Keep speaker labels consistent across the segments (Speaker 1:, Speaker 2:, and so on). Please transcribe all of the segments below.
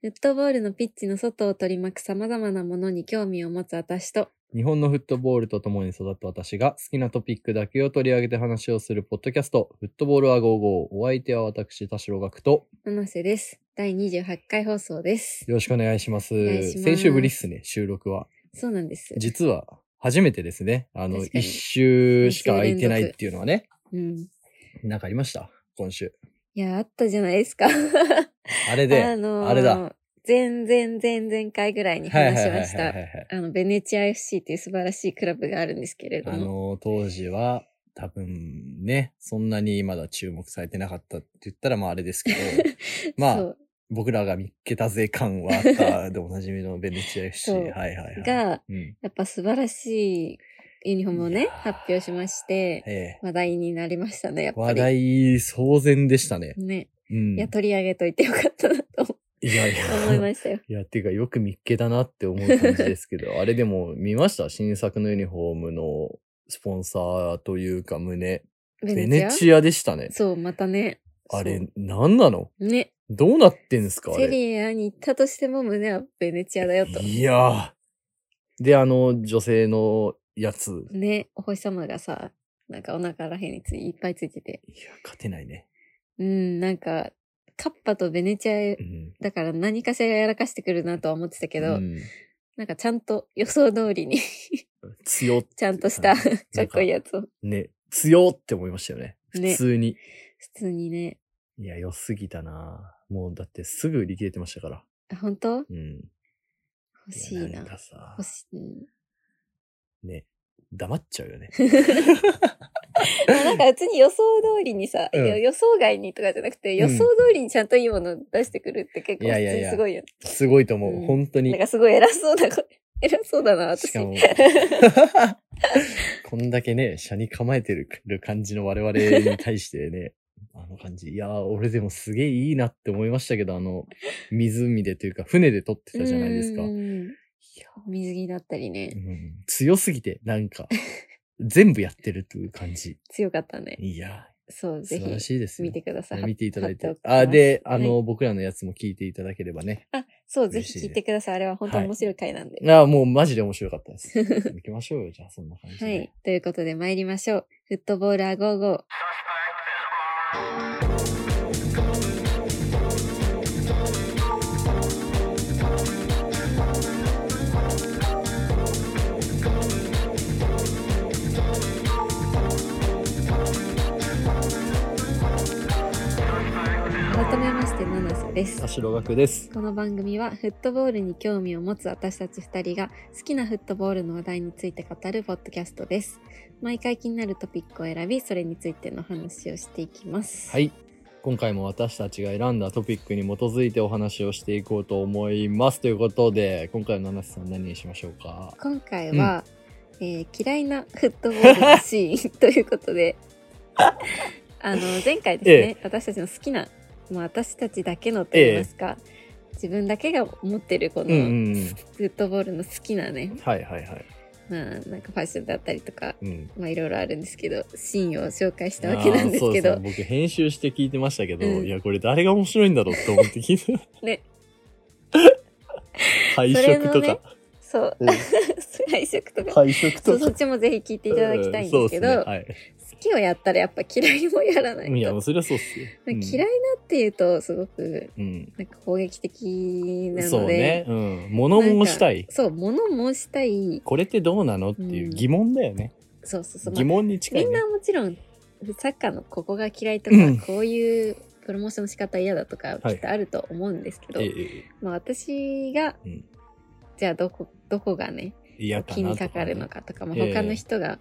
Speaker 1: フットボールのピッチの外を取り巻く様々なものに興味を持つ私と、
Speaker 2: 日本のフットボールと共に育った私が好きなトピックだけを取り上げて話をするポッドキャスト、フットボールは55。お相手は私、田代学と、
Speaker 1: 七瀬です。第28回放送です。
Speaker 2: よろしくお願いします。
Speaker 1: 願いします
Speaker 2: 先週ぶりっすね、収録は。
Speaker 1: そうなんです。
Speaker 2: 実は、初めてですね。あの、
Speaker 1: 確かに
Speaker 2: 一週しか空いてないっていうのはね、
Speaker 1: うん。い
Speaker 2: なんかありました今週。
Speaker 1: や、あったじゃないですか。
Speaker 2: あれ で、
Speaker 1: あのー
Speaker 2: あれだ。
Speaker 1: 前々前々回ぐらいに話しまし
Speaker 2: はいはいはいはいは
Speaker 1: た。
Speaker 2: いはい。
Speaker 1: あの、ベネチア FC っていう素晴らしいクラブがあるんですけれど
Speaker 2: あ
Speaker 1: も。
Speaker 2: のー、当時は、多分ね、そんなにまだ注目されてなかったって言ったら、まああれ ですけど、まあ
Speaker 1: そ、う
Speaker 2: 僕らが見っけたぜ感はあったでおなじみのベネチア FC。
Speaker 1: そ
Speaker 2: は
Speaker 1: う
Speaker 2: いはいはい。
Speaker 1: が、
Speaker 2: うん、
Speaker 1: やっぱ素晴らしいユニフォームを
Speaker 2: い
Speaker 1: ね、
Speaker 2: やー
Speaker 1: 発表しまして、
Speaker 2: ええ
Speaker 1: 話題になりましたね、やっぱり。
Speaker 2: 話題騒然でしたね。
Speaker 1: ね。
Speaker 2: うん。
Speaker 1: いや、取り上げといてよかったなと
Speaker 2: いやいや。
Speaker 1: 思いましたよ。
Speaker 2: いや、っていうかよく見っけたなって思う感じですけど、あ れでも見ました新作のユニフォームのスポンサーというか胸。ベネ
Speaker 1: ア
Speaker 2: チアでしたね。
Speaker 1: そう、またね。
Speaker 2: あ
Speaker 1: そ
Speaker 2: れ、なんなの
Speaker 1: うね。
Speaker 2: どうなってんすかあ
Speaker 1: セ
Speaker 2: れ。
Speaker 1: リアに行ったとしても胸はベネチアだよと。
Speaker 2: いやー。で、あの、女性のやつ。い
Speaker 1: ね、お星様がさ、なんかお腹らへんについいっぱいついてて。
Speaker 2: や、勝てないね。
Speaker 1: うん、なんか、カッパとベネチア
Speaker 2: うん。
Speaker 1: だから何かしらやらかしてくるなとは思ってたけど、
Speaker 2: うん
Speaker 1: なんかちゃんと予想通りに、
Speaker 2: 強っ
Speaker 1: ちゃんとした、
Speaker 2: うん
Speaker 1: かっこいいやつを。
Speaker 2: ね、強って思いましたよね。
Speaker 1: ね
Speaker 2: 普通に。
Speaker 1: 普通にね、
Speaker 2: いや、良すぎたなもうだってすぐ売り切れてましたから。
Speaker 1: あ本当欲
Speaker 2: うん。欲
Speaker 1: しいな。
Speaker 2: んかさ
Speaker 1: 欲、しい。うん
Speaker 2: ね、黙っちゃうよね。
Speaker 1: まあなんか別に予想通りにさ、
Speaker 2: うん
Speaker 1: いや予想外にとかじゃなくて、予想通りにちゃんといいもの出してくるって結構
Speaker 2: いやい
Speaker 1: 普
Speaker 2: や
Speaker 1: 通
Speaker 2: い
Speaker 1: に
Speaker 2: や
Speaker 1: すごいよね。
Speaker 2: すごいと思う。
Speaker 1: うん
Speaker 2: 本当
Speaker 1: なん
Speaker 2: に。
Speaker 1: かすごい偉そうだ、これ 偉そうだな、私。
Speaker 2: し かもこんだけね、車に構えてる感じの我々に対してね、あの感じ。いやー、俺でもすげえいいなって思いましたけど、あの、湖でというか船で撮ってたじゃないですか。
Speaker 1: う
Speaker 2: い
Speaker 1: ん
Speaker 2: や
Speaker 1: 水着だったりね
Speaker 2: う。ん強すぎて、なんか、全部やってるという感じ。
Speaker 1: 強かったね。
Speaker 2: いや、
Speaker 1: そう、
Speaker 2: 素
Speaker 1: ぜ
Speaker 2: 晴ら
Speaker 1: ひ
Speaker 2: しいですよ。
Speaker 1: 見てください。
Speaker 2: 見ていただい
Speaker 1: 貼ってお。きます
Speaker 2: あ、で、あ
Speaker 1: は
Speaker 2: の、僕らのやつも聞いていただければね。
Speaker 1: いあ、そう、ぜ
Speaker 2: 嬉し
Speaker 1: ひ
Speaker 2: い
Speaker 1: 聞いてください。あれは本当面白い回なんで。
Speaker 2: あもうマジで面白かっ たです。行きましょうよ。じゃあ、そんな感じで。
Speaker 1: はい。ということで参りましょう。フットボールアゴーゴー。改めまして、七瀬です。
Speaker 2: 田代学です。
Speaker 1: この番組はフットボールに興味を持つ私たち2人が好きなフットボールの話題について語るポッドキャストです。毎回気になるトピックを選び、それについての話をしていきます。
Speaker 2: はい。今回も私たちが選んだトピックに基づいてお話をしていこうと思います。ということで、今回の七瀬さん何にしましょうか
Speaker 1: 今回は、えー嫌いなフットボールのシーンということで、 あの、前回ですね、
Speaker 2: え
Speaker 1: 私たちの好きな、まあ、私たちだけのと言いますか、自分だけが持ってるこ
Speaker 2: うんう
Speaker 1: の
Speaker 2: んうん。
Speaker 1: フットボールの好きなね、
Speaker 2: はいはいはい。
Speaker 1: まあ、なんかファッションだったりとか、
Speaker 2: うん。
Speaker 1: まあいろいろあるんですけど、シーンを紹介したわけなんですけど、
Speaker 2: あーそうですね僕編集して聞いてましたけど、
Speaker 1: うん
Speaker 2: いや、これ誰が面白いんだろうって思って聞いて。
Speaker 1: ね。
Speaker 2: 配色と
Speaker 1: それのね
Speaker 2: か。
Speaker 1: そう、
Speaker 2: うん
Speaker 1: 配色とか、
Speaker 2: 配色
Speaker 1: そう
Speaker 2: と
Speaker 1: そ
Speaker 2: か
Speaker 1: っ。ちもぜひ聞いていただきたいんですけど、
Speaker 2: うそうっすねはい
Speaker 1: 好きをやったらやっぱ嫌いもやらないと。
Speaker 2: いや、もうそれはそうっすよ。
Speaker 1: まあ嫌いなっていうとすごく
Speaker 2: うん。
Speaker 1: なんか攻撃的
Speaker 2: うん
Speaker 1: な
Speaker 2: そう
Speaker 1: の
Speaker 2: ね
Speaker 1: で、。
Speaker 2: うん。物申した
Speaker 1: なん
Speaker 2: い
Speaker 1: か。そう、物申したい。
Speaker 2: これってどうなのっていう疑問だよね。
Speaker 1: そうそうそう。まあ
Speaker 2: 疑問に近
Speaker 1: み
Speaker 2: い
Speaker 1: ん
Speaker 2: ね
Speaker 1: な。もちろん、サッカーのここが嫌いとか、
Speaker 2: うん
Speaker 1: こういうプロモーションの仕方嫌だとか、きっとあると思うんですけど、
Speaker 2: えええ
Speaker 1: まあ私が、
Speaker 2: えうん
Speaker 1: じゃあどこ、どこがね、
Speaker 2: 嫌か
Speaker 1: 気
Speaker 2: な
Speaker 1: に
Speaker 2: と
Speaker 1: か
Speaker 2: か
Speaker 1: か
Speaker 2: ね
Speaker 1: るのかとか、まあ
Speaker 2: ええ
Speaker 1: 他の人が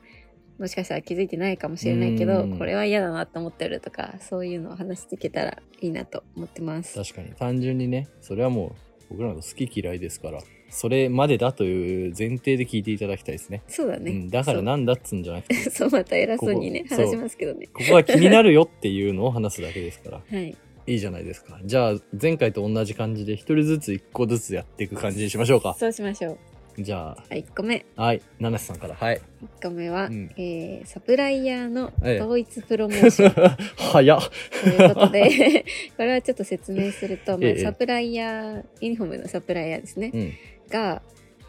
Speaker 1: もしかしたら気づいてないかもしれないけ
Speaker 2: う
Speaker 1: ど
Speaker 2: ん
Speaker 1: これは嫌だなと思ってるとかそういうのを話していけたらいいなと思ってます。
Speaker 2: 確かに単純にねそれはもう僕らの好き嫌いですからそれまでだという前提で聞いていただきたいですね
Speaker 1: そうだね、
Speaker 2: うん、だからなんだっつんじゃなくて
Speaker 1: そう そうまた偉そうにね
Speaker 2: ここそう
Speaker 1: 話しますけどね。
Speaker 2: ここが気になるよっていうのを話すだけですから
Speaker 1: はい、
Speaker 2: いいじゃないですかじゃあ前回と同じ感じで一人ずつ一個ずつやっていく感じにしましょうか
Speaker 1: そうしましょう。
Speaker 2: じゃ
Speaker 1: あ1個目
Speaker 2: あ、はい、七瀬さんから、はい。
Speaker 1: 1個目は、
Speaker 2: うん
Speaker 1: えーサプライヤーの
Speaker 2: ええ
Speaker 1: 統一プロモーション
Speaker 2: 早っ。
Speaker 1: ということ でこれはちょっと説明すると、まあ
Speaker 2: ええ
Speaker 1: サプライヤーユニフォームのサプライヤーですね、
Speaker 2: うん。
Speaker 1: が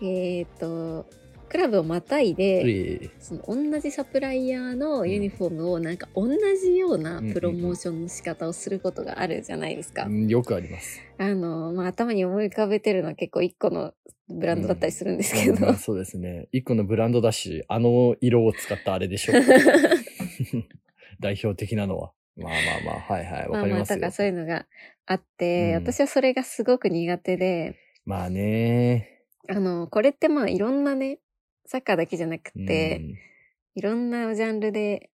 Speaker 1: えっ、とクラブをまたいで、
Speaker 2: え
Speaker 1: その同じサプライヤーのユニフォームをなんか同じようなプロモーションの仕方をすることがあるじゃないですか。
Speaker 2: ーよくあります。
Speaker 1: あの、まあ、頭に思い浮かべてるのは結構一個のブランドだったりするんですけど、
Speaker 2: まあそうですね。一個のブランドだし、あの色を使ったあれでし ょう。代表的なのは。まあまあまあ、はいは い、
Speaker 1: ま
Speaker 2: わ
Speaker 1: あ
Speaker 2: かり
Speaker 1: まあ
Speaker 2: ます
Speaker 1: と
Speaker 2: よ。
Speaker 1: かそういうのがあって、
Speaker 2: うん
Speaker 1: 私はそれがすごく苦手で、
Speaker 2: まあね。
Speaker 1: あの、これってまあいろんなね、サッカーだけじゃなく
Speaker 2: うん
Speaker 1: て、いろんなジャンルで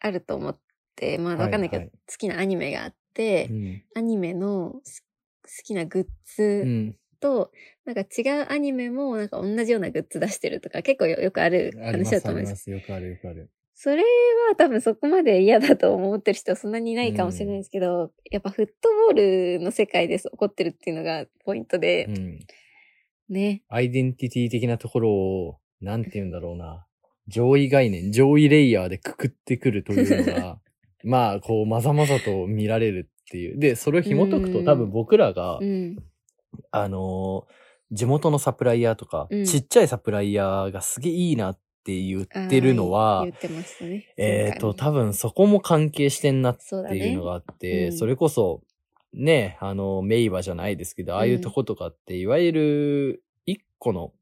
Speaker 1: あると思って、まあわかんないけど、
Speaker 2: はいはい
Speaker 1: 好きなアニメがあって、
Speaker 2: うん
Speaker 1: アニメのす好きなグッズ、
Speaker 2: うん。
Speaker 1: と、なんか違うアニメもなんか同じようなグッズ出してるとか結構よよくある
Speaker 2: ありま
Speaker 1: 話だ
Speaker 2: す、
Speaker 1: と
Speaker 2: あ
Speaker 1: 思うん
Speaker 2: り
Speaker 1: です
Speaker 2: ま
Speaker 1: よ。
Speaker 2: す。よくある、よくある。
Speaker 1: それは多分そこまで嫌だと思ってる人はそんなにいないかもしれないですけど、やっぱフットボールの世界で起こってるっていうのがポイントで
Speaker 2: う、ん。
Speaker 1: ね。
Speaker 2: アイデンティティ的なところを、なんて言うんだろうな。上位概念、上位レイヤーでくくってくるという のが、まあ、こう、まざまざと見られるっていう。で、それを紐解く
Speaker 1: う
Speaker 2: と
Speaker 1: ん
Speaker 2: 多分僕らが、
Speaker 1: うん。
Speaker 2: あのー地元のサプライヤーとか、
Speaker 1: うん
Speaker 2: ちっちゃいサプライヤーがすげえいいなって言ってるの
Speaker 1: あー
Speaker 2: は
Speaker 1: 言、ってましたね。
Speaker 2: えっ、と、
Speaker 1: 前回
Speaker 2: 多分そこも関係してんなっ
Speaker 1: そうだ
Speaker 2: ていうの
Speaker 1: ね。
Speaker 2: があって、
Speaker 1: うん
Speaker 2: それこそ、ね、あの、名馬じゃないですけど、ああいうとことかって、いわゆる一個の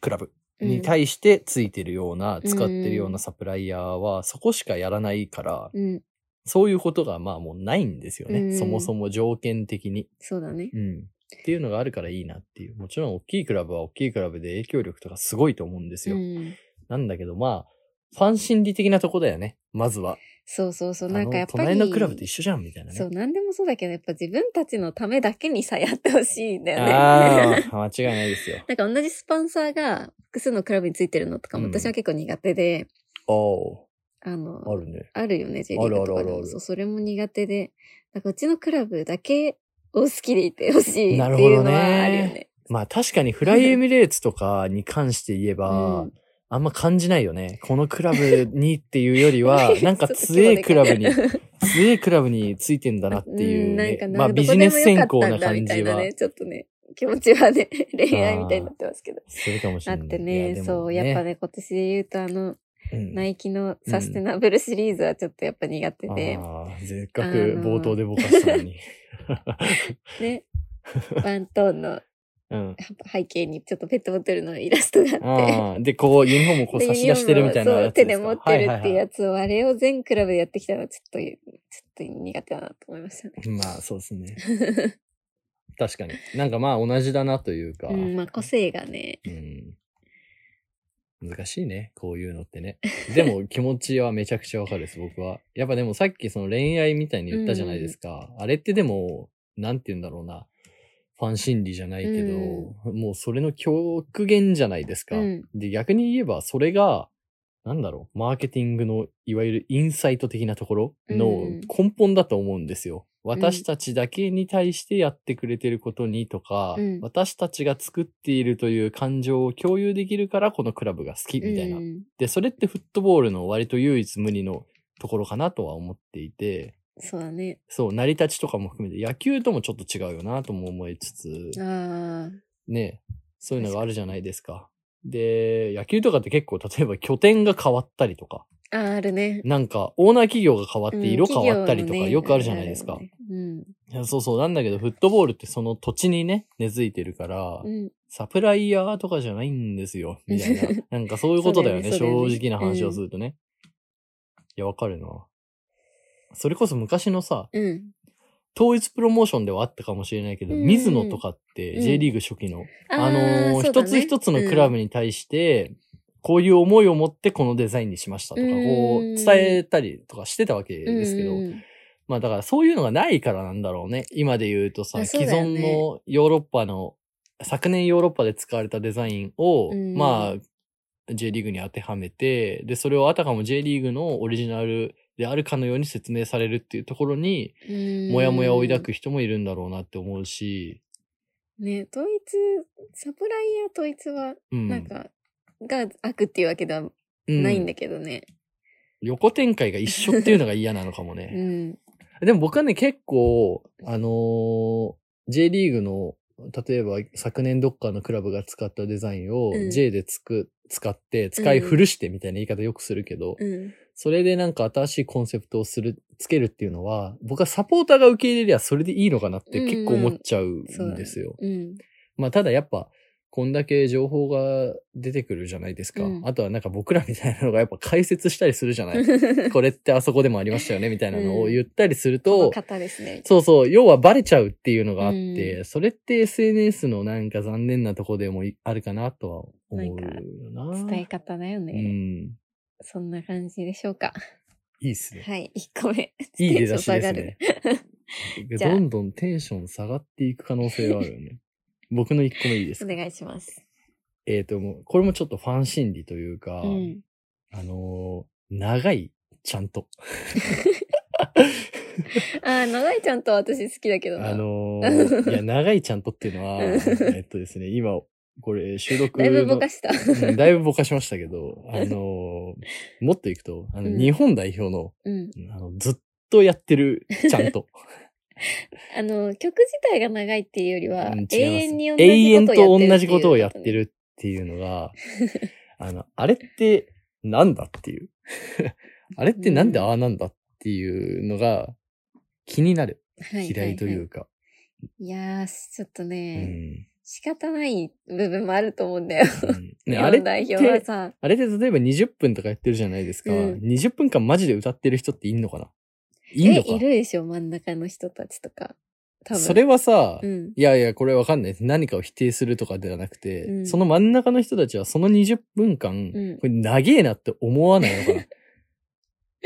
Speaker 2: クラブに対してついてるような、使ってるようなサプライヤーは、そこしかやらないから、
Speaker 1: うん。
Speaker 2: そういうことがまあもうないんですよね。
Speaker 1: うん
Speaker 2: そもそも条件的に。
Speaker 1: そうだね。
Speaker 2: うん。っていうのがあるからいいなっていう。もちろん大きいクラブは大きいクラブで影響力とかすごいと思うんです
Speaker 1: う
Speaker 2: よ。
Speaker 1: ん。
Speaker 2: なんだけどまあ、ファン心理的なとこだよね。まずは。
Speaker 1: そうそうそう。
Speaker 2: あ
Speaker 1: なん
Speaker 2: の
Speaker 1: かやっぱり。
Speaker 2: 隣のクラブと一緒じゃんみたいなね。
Speaker 1: そう、なんでもそうだけど、やっぱ自分たちのためだけにさ、やってほしいんだよね。
Speaker 2: ああ、間違いないですよ。
Speaker 1: なんか同じスポンサーが複数のクラブについてるのとかも
Speaker 2: うん
Speaker 1: 私は結構苦手で、
Speaker 2: お
Speaker 1: あ
Speaker 2: ー、あ
Speaker 1: の、
Speaker 2: るね。
Speaker 1: あるよね、J リーグとか
Speaker 2: あるある
Speaker 1: で
Speaker 2: あるあ
Speaker 1: も。
Speaker 2: る
Speaker 1: そう、それも苦手で。なんかうちのクラブだけを好きでいてほしい
Speaker 2: なる
Speaker 1: って
Speaker 2: ほ
Speaker 1: いう
Speaker 2: ど
Speaker 1: の
Speaker 2: ね
Speaker 1: はあるよね。
Speaker 2: まあ確かにフライエミレーツとかに関して言えば、
Speaker 1: うん、
Speaker 2: あんま感じないよね。このクラブにっていうよりは なんか強えクラブに、強えクラブについてんだ なっていう、
Speaker 1: んなん
Speaker 2: ね
Speaker 1: か。
Speaker 2: まあ
Speaker 1: など
Speaker 2: ビジ
Speaker 1: こで
Speaker 2: ネ
Speaker 1: も
Speaker 2: ス
Speaker 1: よか
Speaker 2: 先
Speaker 1: っ
Speaker 2: 行
Speaker 1: たん
Speaker 2: な
Speaker 1: だみ
Speaker 2: 感
Speaker 1: たい
Speaker 2: じ
Speaker 1: な
Speaker 2: は
Speaker 1: ね、ちょっとね、気持ちはね、恋愛みたいになってますけど。
Speaker 2: するかもし
Speaker 1: あ
Speaker 2: れ
Speaker 1: っ
Speaker 2: ない。
Speaker 1: て
Speaker 2: いや
Speaker 1: ね、そう、やっぱ、ね、今年で言うとあの、
Speaker 2: でもうん
Speaker 1: ナイキのサステナブルシリーズはちょっとやっぱ苦手で。
Speaker 2: ああ、せっか
Speaker 1: あ
Speaker 2: く
Speaker 1: の
Speaker 2: 冒頭でぼかしたのに。
Speaker 1: ね、ワントーンの
Speaker 2: うん。
Speaker 1: 背景にちょっとペットボトルのイラストがあって。
Speaker 2: ああ、で、こう、ユニフォームをこう
Speaker 1: で
Speaker 2: 差し出してるみたいな
Speaker 1: ユニフォームをそう
Speaker 2: やつ
Speaker 1: 手
Speaker 2: ですか。
Speaker 1: で持ってるっていうや
Speaker 2: つ。
Speaker 1: つを、あれを全クラブでやってきたのはちょっと、ちょっと苦手だなと思いましたね。
Speaker 2: まあ、そうで すね。確かに。なんかまあ、同じだなというか。
Speaker 1: うん、まあ個性がね、
Speaker 2: うん難しいね、こういうのってね。でも気持ちはめちゃくちゃわかるです、僕は。やっぱでもさっきその恋愛みたいに言ったじゃないですか。あれってでも、なんて言うんだろうな。ファン心理じゃないけど、もうそれの極限じゃないですか。
Speaker 1: うん
Speaker 2: で、逆に言えばそれが、なんだろう、マーケティングのいわゆるインサイト的なところの
Speaker 1: うん
Speaker 2: 根本だと思うんですよ。私たちだけに対してやってくれてることにとか、
Speaker 1: うん
Speaker 2: 私たちが作っているという感情を共有できるからこのクラブが好きみたいな。
Speaker 1: うん
Speaker 2: で、それってフットボールの割と唯一無二のところかなとは思っていて、
Speaker 1: そうだね。
Speaker 2: そう、成り立ちとかも含めて野球ともちょっと違うよなとも思いつつ、
Speaker 1: ああ、
Speaker 2: ね、そういうのがあるじゃないですか。で、野球とかって結構例えば拠点が変わったりとか、
Speaker 1: あーあるね。
Speaker 2: なんかオーナー企業が変わ
Speaker 1: う
Speaker 2: って
Speaker 1: ん
Speaker 2: 色変わったりと
Speaker 1: 企業
Speaker 2: か
Speaker 1: のね
Speaker 2: よくあるじゃないです
Speaker 1: あ
Speaker 2: か。
Speaker 1: るあるね
Speaker 2: いやそうそう、なんだけどフットボールってその土地にね、根付いてるから
Speaker 1: う、ん。うん。
Speaker 2: サプライヤーとかじゃないんですよ、みたい な。なんかそういうことだよね、
Speaker 1: そうだよね
Speaker 2: 正直な話をするとね。いや、わかるな。それこそ昔のさ、
Speaker 1: うん。
Speaker 2: 統一プロモーションではあったかもしれないけど、
Speaker 1: うんうん
Speaker 2: 水野とかって
Speaker 1: うん
Speaker 2: J リーグ初期の、
Speaker 1: ー
Speaker 2: あのー
Speaker 1: そうだ
Speaker 2: 一
Speaker 1: ね
Speaker 2: つ一つのクラブに対して、こういう思いを持ってこのデザインにしましたとか、
Speaker 1: うん
Speaker 2: こう伝えたりとかしてたわけ
Speaker 1: うん
Speaker 2: ですけど、
Speaker 1: うんうん
Speaker 2: まあだからそういうのがないからなんだろうね。今で言うとさ、
Speaker 1: あそ
Speaker 2: 既
Speaker 1: うだよね
Speaker 2: 存のヨーロッパの、昨年ヨーロッパで使われたデザインを、
Speaker 1: うん
Speaker 2: まあ、J リーグに当てはめて、で、それをあたかも J リーグのオリジナルであるかのように説明されるっていうところに、
Speaker 1: うん
Speaker 2: モヤモヤを抱く人もいるんだろうなって思うし、
Speaker 1: ね、統一、サプライヤー統一は、
Speaker 2: うん。
Speaker 1: なんか、が悪っていうわけではないんだけどね。
Speaker 2: うん横展開が一緒っていうのが嫌なのか も
Speaker 1: う
Speaker 2: ね。
Speaker 1: ん。
Speaker 2: でも僕はね、結構、あのー J リーグの、例えば昨年どっかのクラブが使ったデザインを
Speaker 1: うん
Speaker 2: J でつく、使って、使い古してみたいな言い方よくするけど、
Speaker 1: うん。
Speaker 2: それでなんか新しいコンセプトをする、つけるっていうのは、僕はサポーターが受け入れりゃそれでいいのかなって結構思っちゃうん
Speaker 1: そうだね
Speaker 2: ですよ。
Speaker 1: うん。
Speaker 2: まあただやっぱ、こんだけ情報が出てくるじゃないですか。
Speaker 1: うん
Speaker 2: あとはなんか僕らみたいなのがやっぱ解説したりするじゃない。これってあそこでもありました よねみたいなのを言ったりする、
Speaker 1: ことの方ですね。
Speaker 2: そうそう、要はバレちゃうっていうのがあって、
Speaker 1: う
Speaker 2: それって SNS のなんか残念なとこでもいあるかなとは思うよな。
Speaker 1: 伝え方だよ
Speaker 2: う
Speaker 1: ね。
Speaker 2: ん。
Speaker 1: そんな感じでしょうか。
Speaker 2: いいっすね。
Speaker 1: はい、1個目。
Speaker 2: いい出だし
Speaker 1: テン
Speaker 2: で
Speaker 1: ショ
Speaker 2: す
Speaker 1: ン下がる
Speaker 2: ね。
Speaker 1: じゃあ
Speaker 2: どんどんテンション下がっていく可能性があるよね。僕の一個目いいです
Speaker 1: お
Speaker 2: か
Speaker 1: 願いします。
Speaker 2: えっ、と、もう、これもちょっとファン心理というか、
Speaker 1: うん。
Speaker 2: あのー長い、ちゃんと。
Speaker 1: あー、長いちゃんと私好きだけどな。
Speaker 2: あのーいや、長いちゃんとっていうのは、えっとですね、今、これ収録の。
Speaker 1: だいぶぼかした。
Speaker 2: うんだいぶぼかしましたけど、あのーもっといくと、あの、
Speaker 1: うん
Speaker 2: 日本代表の、
Speaker 1: うん。
Speaker 2: あの、ずっとやってる、ちゃんと。
Speaker 1: あの、曲自体が長いっていうよりは、
Speaker 2: うん違います
Speaker 1: 永遠に
Speaker 2: 永遠と
Speaker 1: 同
Speaker 2: 同じ
Speaker 1: じ
Speaker 2: こ
Speaker 1: ことと
Speaker 2: を
Speaker 1: を
Speaker 2: や
Speaker 1: や
Speaker 2: っ
Speaker 1: ってて
Speaker 2: る
Speaker 1: る
Speaker 2: っていうのが、あの、あれってなんだっていう。 あれってなんでああなんだっていうのが気になる。
Speaker 1: っていう。
Speaker 2: 嫌いというか。
Speaker 1: いやー、ちょっと
Speaker 2: う
Speaker 1: ね、
Speaker 2: ん
Speaker 1: 仕方ない部分もあると思うんだよ。
Speaker 2: うん
Speaker 1: 日
Speaker 2: ねあれ
Speaker 1: 本代表はさ、
Speaker 2: あれって例えば20分とかやってるじゃないですか。
Speaker 1: うん
Speaker 2: 20分間マジで歌ってる人っていんのかないい
Speaker 1: え、
Speaker 2: のか
Speaker 1: いるでしょ真ん中の人たちとか。多分。
Speaker 2: それはさ、
Speaker 1: うん。
Speaker 2: いやいや、これわかんないです。何かを否定するとかではなくて、
Speaker 1: うん
Speaker 2: その真ん中の人たちはその20分間、
Speaker 1: うん
Speaker 2: これ長えなって思わないのかな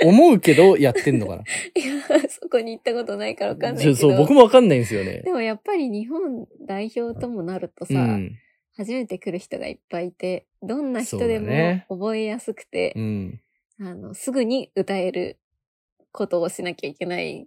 Speaker 2: 思うけどやってんのかない
Speaker 1: や、そこに行ったことないからわかんない
Speaker 2: ち
Speaker 1: け
Speaker 2: ょ
Speaker 1: ど。
Speaker 2: そう、僕もわかんないんですよね。
Speaker 1: でもやっぱり日本代表ともなるとさ、
Speaker 2: うん。
Speaker 1: 初めて来る人がいっぱいいて、どんな人で
Speaker 2: そうだね
Speaker 1: も覚えやすくて、
Speaker 2: うん。
Speaker 1: あの、すぐに歌えることをしなきゃいけない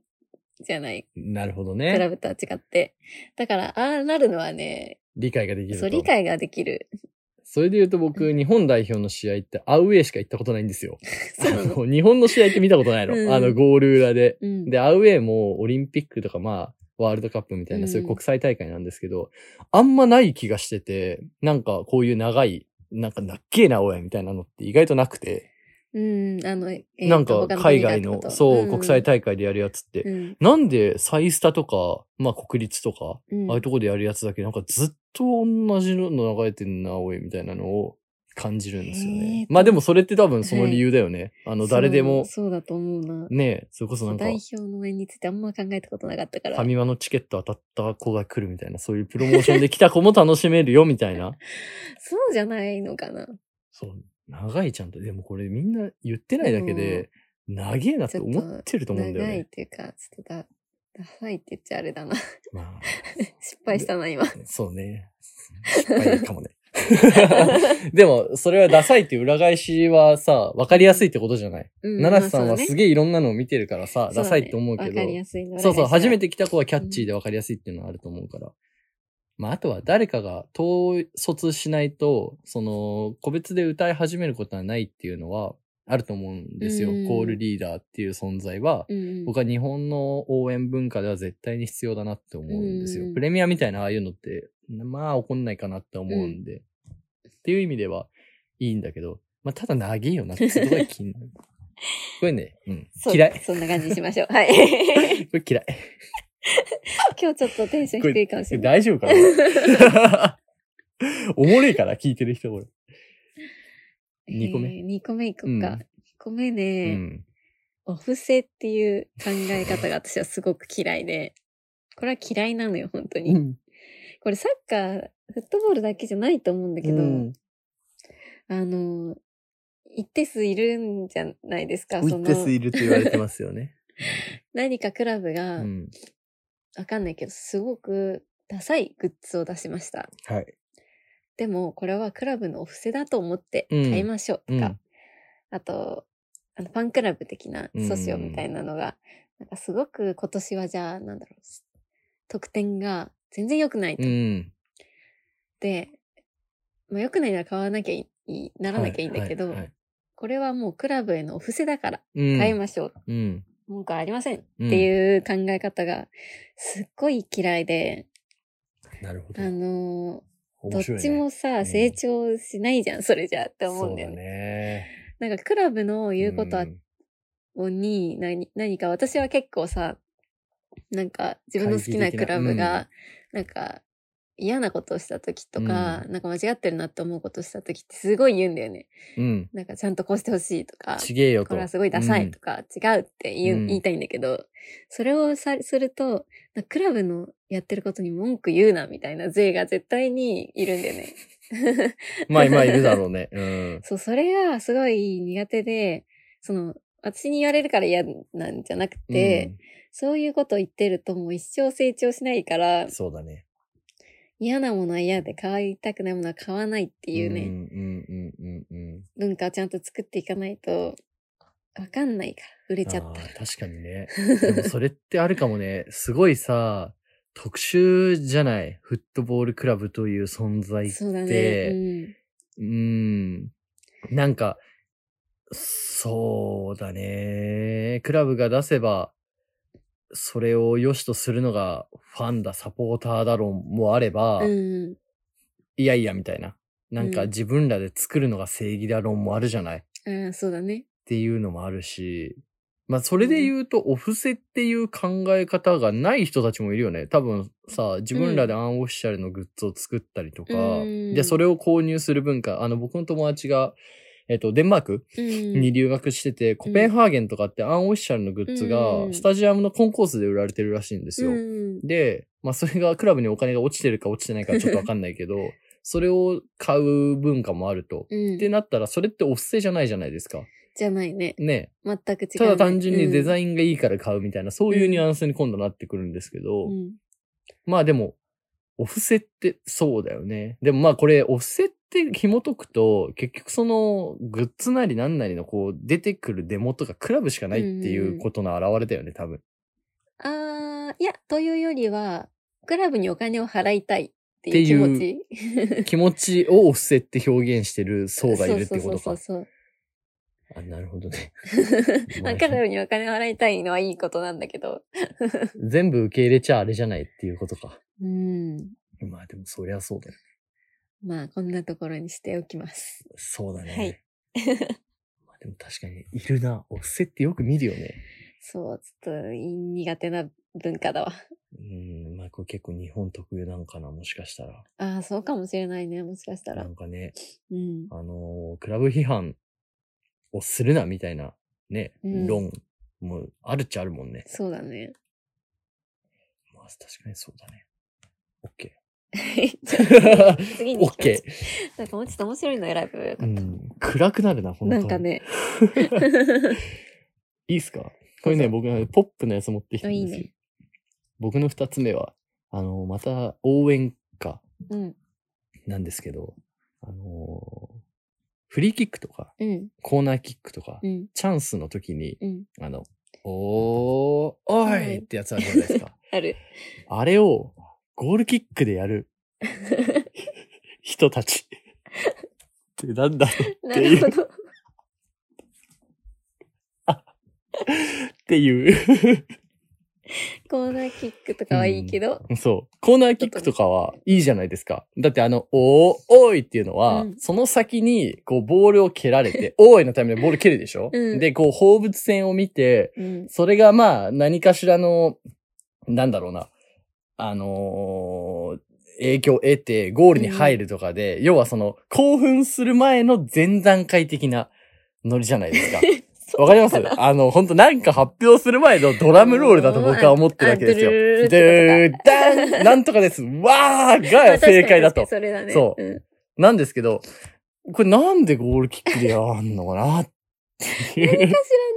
Speaker 1: じゃない。
Speaker 2: なるほど
Speaker 1: クラ
Speaker 2: ね。
Speaker 1: ブとは違って。だから、ああなるのはね、
Speaker 2: 理解ができると。
Speaker 1: そう、理解ができる。
Speaker 2: それで言うと僕、日本代表の試合ってアウェーしか行ったことないんですよ。
Speaker 1: そうな の
Speaker 2: あの日本の試合って見たことないの。
Speaker 1: うん
Speaker 2: あの、ゴール裏で。
Speaker 1: うん。
Speaker 2: で、アウェーもオリンピックとか、まあ、ワールドカップみたいな、
Speaker 1: うん
Speaker 2: そういう国際大会なんですけど、あんまない気がしてて、なんかこういう長い、なんかなっけえな、おい、みたいなのって意外となくて、
Speaker 1: うん、あの、えー
Speaker 2: なんか
Speaker 1: 他国
Speaker 2: 海
Speaker 1: がっ
Speaker 2: 外
Speaker 1: てこ
Speaker 2: の
Speaker 1: と、
Speaker 2: そう、
Speaker 1: ん
Speaker 2: 国際大会でやるやつって、
Speaker 1: うん。
Speaker 2: なんでサイスタとか、まあ国立とか、
Speaker 1: うん
Speaker 2: ああいうとこでやるやつだけ、なんかずっと同じの流れてんな、おい、みたいなのを感じるんですよ
Speaker 1: へ
Speaker 2: ね
Speaker 1: ー。
Speaker 2: まあでもそれって多分その理由だよね。あの、誰でも、
Speaker 1: そうそうだと思うな。
Speaker 2: ね、それこそなんか、
Speaker 1: 代表の応援についてあんま考えたことなかったか
Speaker 2: フ
Speaker 1: ら。
Speaker 2: ァミマのチケット当たった子が来るみたいな、そういうプロモーションで来た子も楽しめるよ、みたい な。
Speaker 1: そうじゃないのかな。
Speaker 2: そう、長いちゃんと、でもこれみんな言ってないだけで、長えなって思ってると思うんだよ
Speaker 1: 長いっ
Speaker 2: ね。
Speaker 1: ていうか、ちょっとだ、ダサいって言っちゃあれだな。
Speaker 2: ま
Speaker 1: 失敗したな、今。
Speaker 2: あ、そうね。失敗か もね。でも、それはダサいっていう裏返しはさ、わかりやすいってことじゃない。
Speaker 1: うん
Speaker 2: 奈良瀬さんは
Speaker 1: まあ
Speaker 2: す
Speaker 1: そうだね
Speaker 2: げえいろんなのを見てるからさ、ダサいって思うけ
Speaker 1: そ
Speaker 2: ど
Speaker 1: だねわ、かりやすいの。
Speaker 2: そうそう、初め
Speaker 1: て。
Speaker 2: て来た子はキャッチーで分かりやすいっていうのはあると思うから。まあ、あとは誰かが統率しないと、その、個別で歌い始めることはないっていうのはあると思うんですよ。
Speaker 1: うん
Speaker 2: コールリーダーっていう存在は、
Speaker 1: うん。
Speaker 2: 僕は日本の応援文化では絶対に必要だなって思うんですよ。
Speaker 1: うん
Speaker 2: プレミアみたいなああいうのって、まあ怒んないかなって思うんで。っていう意味ではいいんだけど、まあただ長いよなってすごい気 になる。これね、うん、
Speaker 1: そう
Speaker 2: 嫌い。
Speaker 1: そんな感じにしましょう。はい。
Speaker 2: これ嫌い。
Speaker 1: 今日ちょっとテンション低いかもしれない。
Speaker 2: 大丈夫か なおもれえから聞いてる人、これ。二個目
Speaker 1: えー二個目いこう
Speaker 2: うん
Speaker 1: か。二個目
Speaker 2: う
Speaker 1: ね、
Speaker 2: ん。
Speaker 1: お布施っていう考え方が私はすごく嫌いで、これは嫌いなのよ、本当に。これサッカー、フットボールだけじゃないと思うんだけど、
Speaker 2: うん
Speaker 1: あの、一定数いるんじゃないですか、そ
Speaker 2: 一
Speaker 1: の
Speaker 2: 定、数いると言われてますよね。
Speaker 1: 何かクラブ
Speaker 2: う
Speaker 1: が、
Speaker 2: ん。
Speaker 1: わかんないけど、すごくダサいグッズを出しました。
Speaker 2: はい。
Speaker 1: でも、これはクラブのお布施だと思って
Speaker 2: うん
Speaker 1: 買いましょうとか、
Speaker 2: うん
Speaker 1: あと、あのファンクラブ的な
Speaker 2: うん
Speaker 1: 訴訟みたいなのが、なんかすごく今年はじゃあ、なんだろう、得点が全然良くないと。
Speaker 2: うん。
Speaker 1: って、まあ、良くないなら買わなきゃいい、ならなきゃいいんだけど、
Speaker 2: はいはいはい
Speaker 1: これはもうクラブへのお布施だから
Speaker 2: うん。
Speaker 1: 買いましょう。
Speaker 2: うん。
Speaker 1: 文句はありませんっ
Speaker 2: うん
Speaker 1: ていう考え方がすっごい嫌いで、
Speaker 2: なるほ
Speaker 1: あ
Speaker 2: ど。
Speaker 1: のー
Speaker 2: 面
Speaker 1: ど
Speaker 2: 白
Speaker 1: っ
Speaker 2: い
Speaker 1: ち
Speaker 2: ね
Speaker 1: もさ、
Speaker 2: うん
Speaker 1: 成長しないじゃん、それじゃって思うんだよ
Speaker 2: そう
Speaker 1: ね。
Speaker 2: だね。
Speaker 1: なんかクラブの言うことは
Speaker 2: ん
Speaker 1: に何何か私は結構さなんか自分の好きなクラブがなんか嫌なことをした時とか、なんか間違ってるなって思うことをした時ってすごい言うんだよね。
Speaker 2: うん。
Speaker 1: なんかちゃんとこうしてほしいとか、
Speaker 2: ちげえよと。
Speaker 1: これはすごいダサいとか、違うって言う、
Speaker 2: うん
Speaker 1: 言いたいんだけど、それをさすると、なんかクラブのやってることに文句言うなみたいな税が絶対にいるんだよ ね。
Speaker 2: うん。まあ今いるだろう ね。うん。
Speaker 1: そう、それがすごい苦手で、その、私に言われるから嫌なんじゃなくて、そういうことを言ってるともう一生成長しないか
Speaker 2: う
Speaker 1: ら
Speaker 2: ん、、そうだね。
Speaker 1: 嫌なものは嫌で買いたくないものは買わないっていう
Speaker 2: うん
Speaker 1: ね、
Speaker 2: うんうんうんうん。
Speaker 1: 文化をちゃんと作っていかないと、わかんないから、売れちゃった
Speaker 2: あ
Speaker 1: ら。
Speaker 2: ー確かにね。でもそれってあるかもね。 すごいさ、特殊じゃないフットボールクラブという存在って。
Speaker 1: そうだね。うん。
Speaker 2: うん。なんか、そうだね。クラブが出せば、それを良しとするのがファンだ、サポーターだろうもあれば、
Speaker 1: うん。
Speaker 2: いやいやみたいな。なん
Speaker 1: う
Speaker 2: か
Speaker 1: ん
Speaker 2: 自分らで作るのが正義だろうもあるじゃない
Speaker 1: ああ、そうだね。
Speaker 2: っていうのもあるし、まあそれで言うと、お布施っていう考え方がない人たちもいるよね。多分さ、自分らでアンオフィシャルのグッズを作ったりとか、
Speaker 1: うん
Speaker 2: で、それを購入する文化、あの、僕の友達が、えっと、デンマーク
Speaker 1: うん。
Speaker 2: に留学してて、コペンハーゲンとかってアンオフィシャルのグッズ
Speaker 1: うん
Speaker 2: が、スタジアムのコンコースで売られてるらしいんですよ。
Speaker 1: うん。
Speaker 2: で、まあそれがクラブにお金が落ちてるか落ちてないかちょっとわかんないけ ど、それを買う文化もあると。
Speaker 1: うん
Speaker 2: ってなったら、それってお布施じゃないじゃないですか。
Speaker 1: じゃないね。
Speaker 2: ね。
Speaker 1: 全く違うね、
Speaker 2: ただ単純にデ
Speaker 1: イ
Speaker 2: ザインがいいから買うみたいな、そういうニュアンスに今度なってくるんですけど、
Speaker 1: うん。
Speaker 2: まあでも、お布施ってそうだよね。でもまあこれ、お布施って紐解くと、結局その、グッズなりなんなりのこう、出てくるデモとかクラブしかないっていうことの表れだよね、多分。
Speaker 1: ああ、いや、というよりは、クラブにお金を払いたいっていう気持ち。
Speaker 2: 気持ちをお布施って表現してる層がいるってこ
Speaker 1: そうそ
Speaker 2: と
Speaker 1: うそう
Speaker 2: か。
Speaker 1: そう。
Speaker 2: あ、なるほどね。
Speaker 1: まあ、クラブにお金を払いたいのはいいことなんだけど。
Speaker 2: 全部受け入れちゃあれじゃないっていうこと か。
Speaker 1: うん。
Speaker 2: まあでもそりゃそうだよね。
Speaker 1: まあ、こんなところにしておきます。
Speaker 2: そうだね。
Speaker 1: はい
Speaker 2: まあでも確かに、いるな。お布施ってよく見るよね。
Speaker 1: そう、ちょっと苦手な文化だわ。
Speaker 2: うん、まあこれ結構日本特有なんかな、もしかしたら。
Speaker 1: ああ、そうかもしれないね、もしかした
Speaker 2: な
Speaker 1: ら。
Speaker 2: んかね、
Speaker 1: うん。
Speaker 2: あのークラブ批判をするな、みたいな、ね、
Speaker 1: うん
Speaker 2: 論もあるっちゃあるもんね。
Speaker 1: そうだね。
Speaker 2: まあ確かにそうだね。オッケ
Speaker 1: はいじゃ あ
Speaker 2: ー。
Speaker 1: 次に行
Speaker 2: オッ
Speaker 1: きましょ
Speaker 2: ケ
Speaker 1: う。なんかもうちょっと面白いの選ぶよ
Speaker 2: ー。う
Speaker 1: かった。
Speaker 2: ん、暗くなるな、本当
Speaker 1: な
Speaker 2: に。
Speaker 1: んか。ね。
Speaker 2: いいっすかこれね、僕がポップのやつ持ってきたんですよ。
Speaker 1: あいいね
Speaker 2: 僕の二つ目は、あのーまた応援歌
Speaker 1: うん。
Speaker 2: なんですけど、あのーフリーキックとか、
Speaker 1: うん。
Speaker 2: コーナーキックとか、
Speaker 1: うん。
Speaker 2: チャンスの時に、
Speaker 1: うん。
Speaker 2: あの、おー、お
Speaker 1: はいい
Speaker 2: ってやつあるじゃないで すか。
Speaker 1: ある。
Speaker 2: あれを、ゴールキックで やる人たち。ってなんだろう
Speaker 1: なるほど。
Speaker 2: っ ていう。
Speaker 1: コーナーキックとかはいいけど。
Speaker 2: そう。コーナーキックとかはいいじゃないですか。だってあの、おー、おいっていうのは、
Speaker 1: うん
Speaker 2: その先に、こう、ボールを蹴られて、おーいのためにボール蹴るでしょ、
Speaker 1: うん
Speaker 2: で、こう、放物線を見て、
Speaker 1: うん。
Speaker 2: それがまあ、何かしらの、なんだろうな、あのー影響を得て、ゴールに入るとかで、要はその、興奮する前の前段階的なノリじゃないですか。わかりますあの、本当なんか発表する前のドラムロールだと僕は思ってるわけですよ
Speaker 1: うんあ。
Speaker 2: で
Speaker 1: ドゥルルルルって
Speaker 2: ー、ダンなんとかですわー
Speaker 1: まあ
Speaker 2: が
Speaker 1: 確かに
Speaker 2: 正解だと
Speaker 1: 確。かにそれだね。。
Speaker 2: そうんなんですけど、これなんでゴールキックでやんのかなってい
Speaker 1: 何
Speaker 2: う
Speaker 1: か。し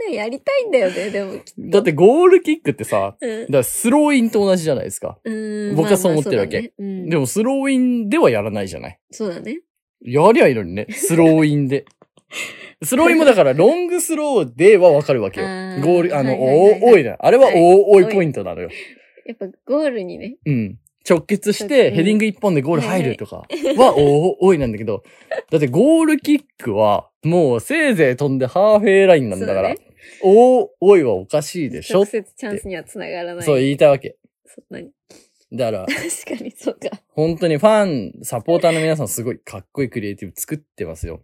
Speaker 1: らね、やりたいんだよね、でもきっと。
Speaker 2: だってゴールキックってさ、
Speaker 1: うん
Speaker 2: だからスローインと同じじゃないですか。
Speaker 1: うん。
Speaker 2: 僕はそう思ってるわ
Speaker 1: ま
Speaker 2: け
Speaker 1: あまあそうだねうん
Speaker 2: でもスローインではやらないじゃない。
Speaker 1: そうだね。
Speaker 2: やりゃいいのにね。スローイ ンで。スローインもだからロングスローではわかるわけよ。
Speaker 1: あー
Speaker 2: ゴール、あの、
Speaker 1: はいはいはいはい
Speaker 2: おーおいな。あれは
Speaker 1: はい
Speaker 2: おーおいポイントなのよ。
Speaker 1: やっぱゴールにね、
Speaker 2: うん。直結し
Speaker 1: う
Speaker 2: て
Speaker 1: ん
Speaker 2: ヘディング一本でゴール入るとかはお多いなんだけど、だってゴールキックはもうせいぜい飛んでハーフェイラインなんだか
Speaker 1: そう
Speaker 2: ら、
Speaker 1: ね
Speaker 2: お多いはおかしいでしょ
Speaker 1: 直接チャンスにはつながらない。
Speaker 2: そう言いたいわけ。
Speaker 1: そんなに。
Speaker 2: だから、
Speaker 1: 確かにそうか。
Speaker 2: 本当にファン、サポーターの皆さんすごいかっこいいクリエイティブ作ってま すよ。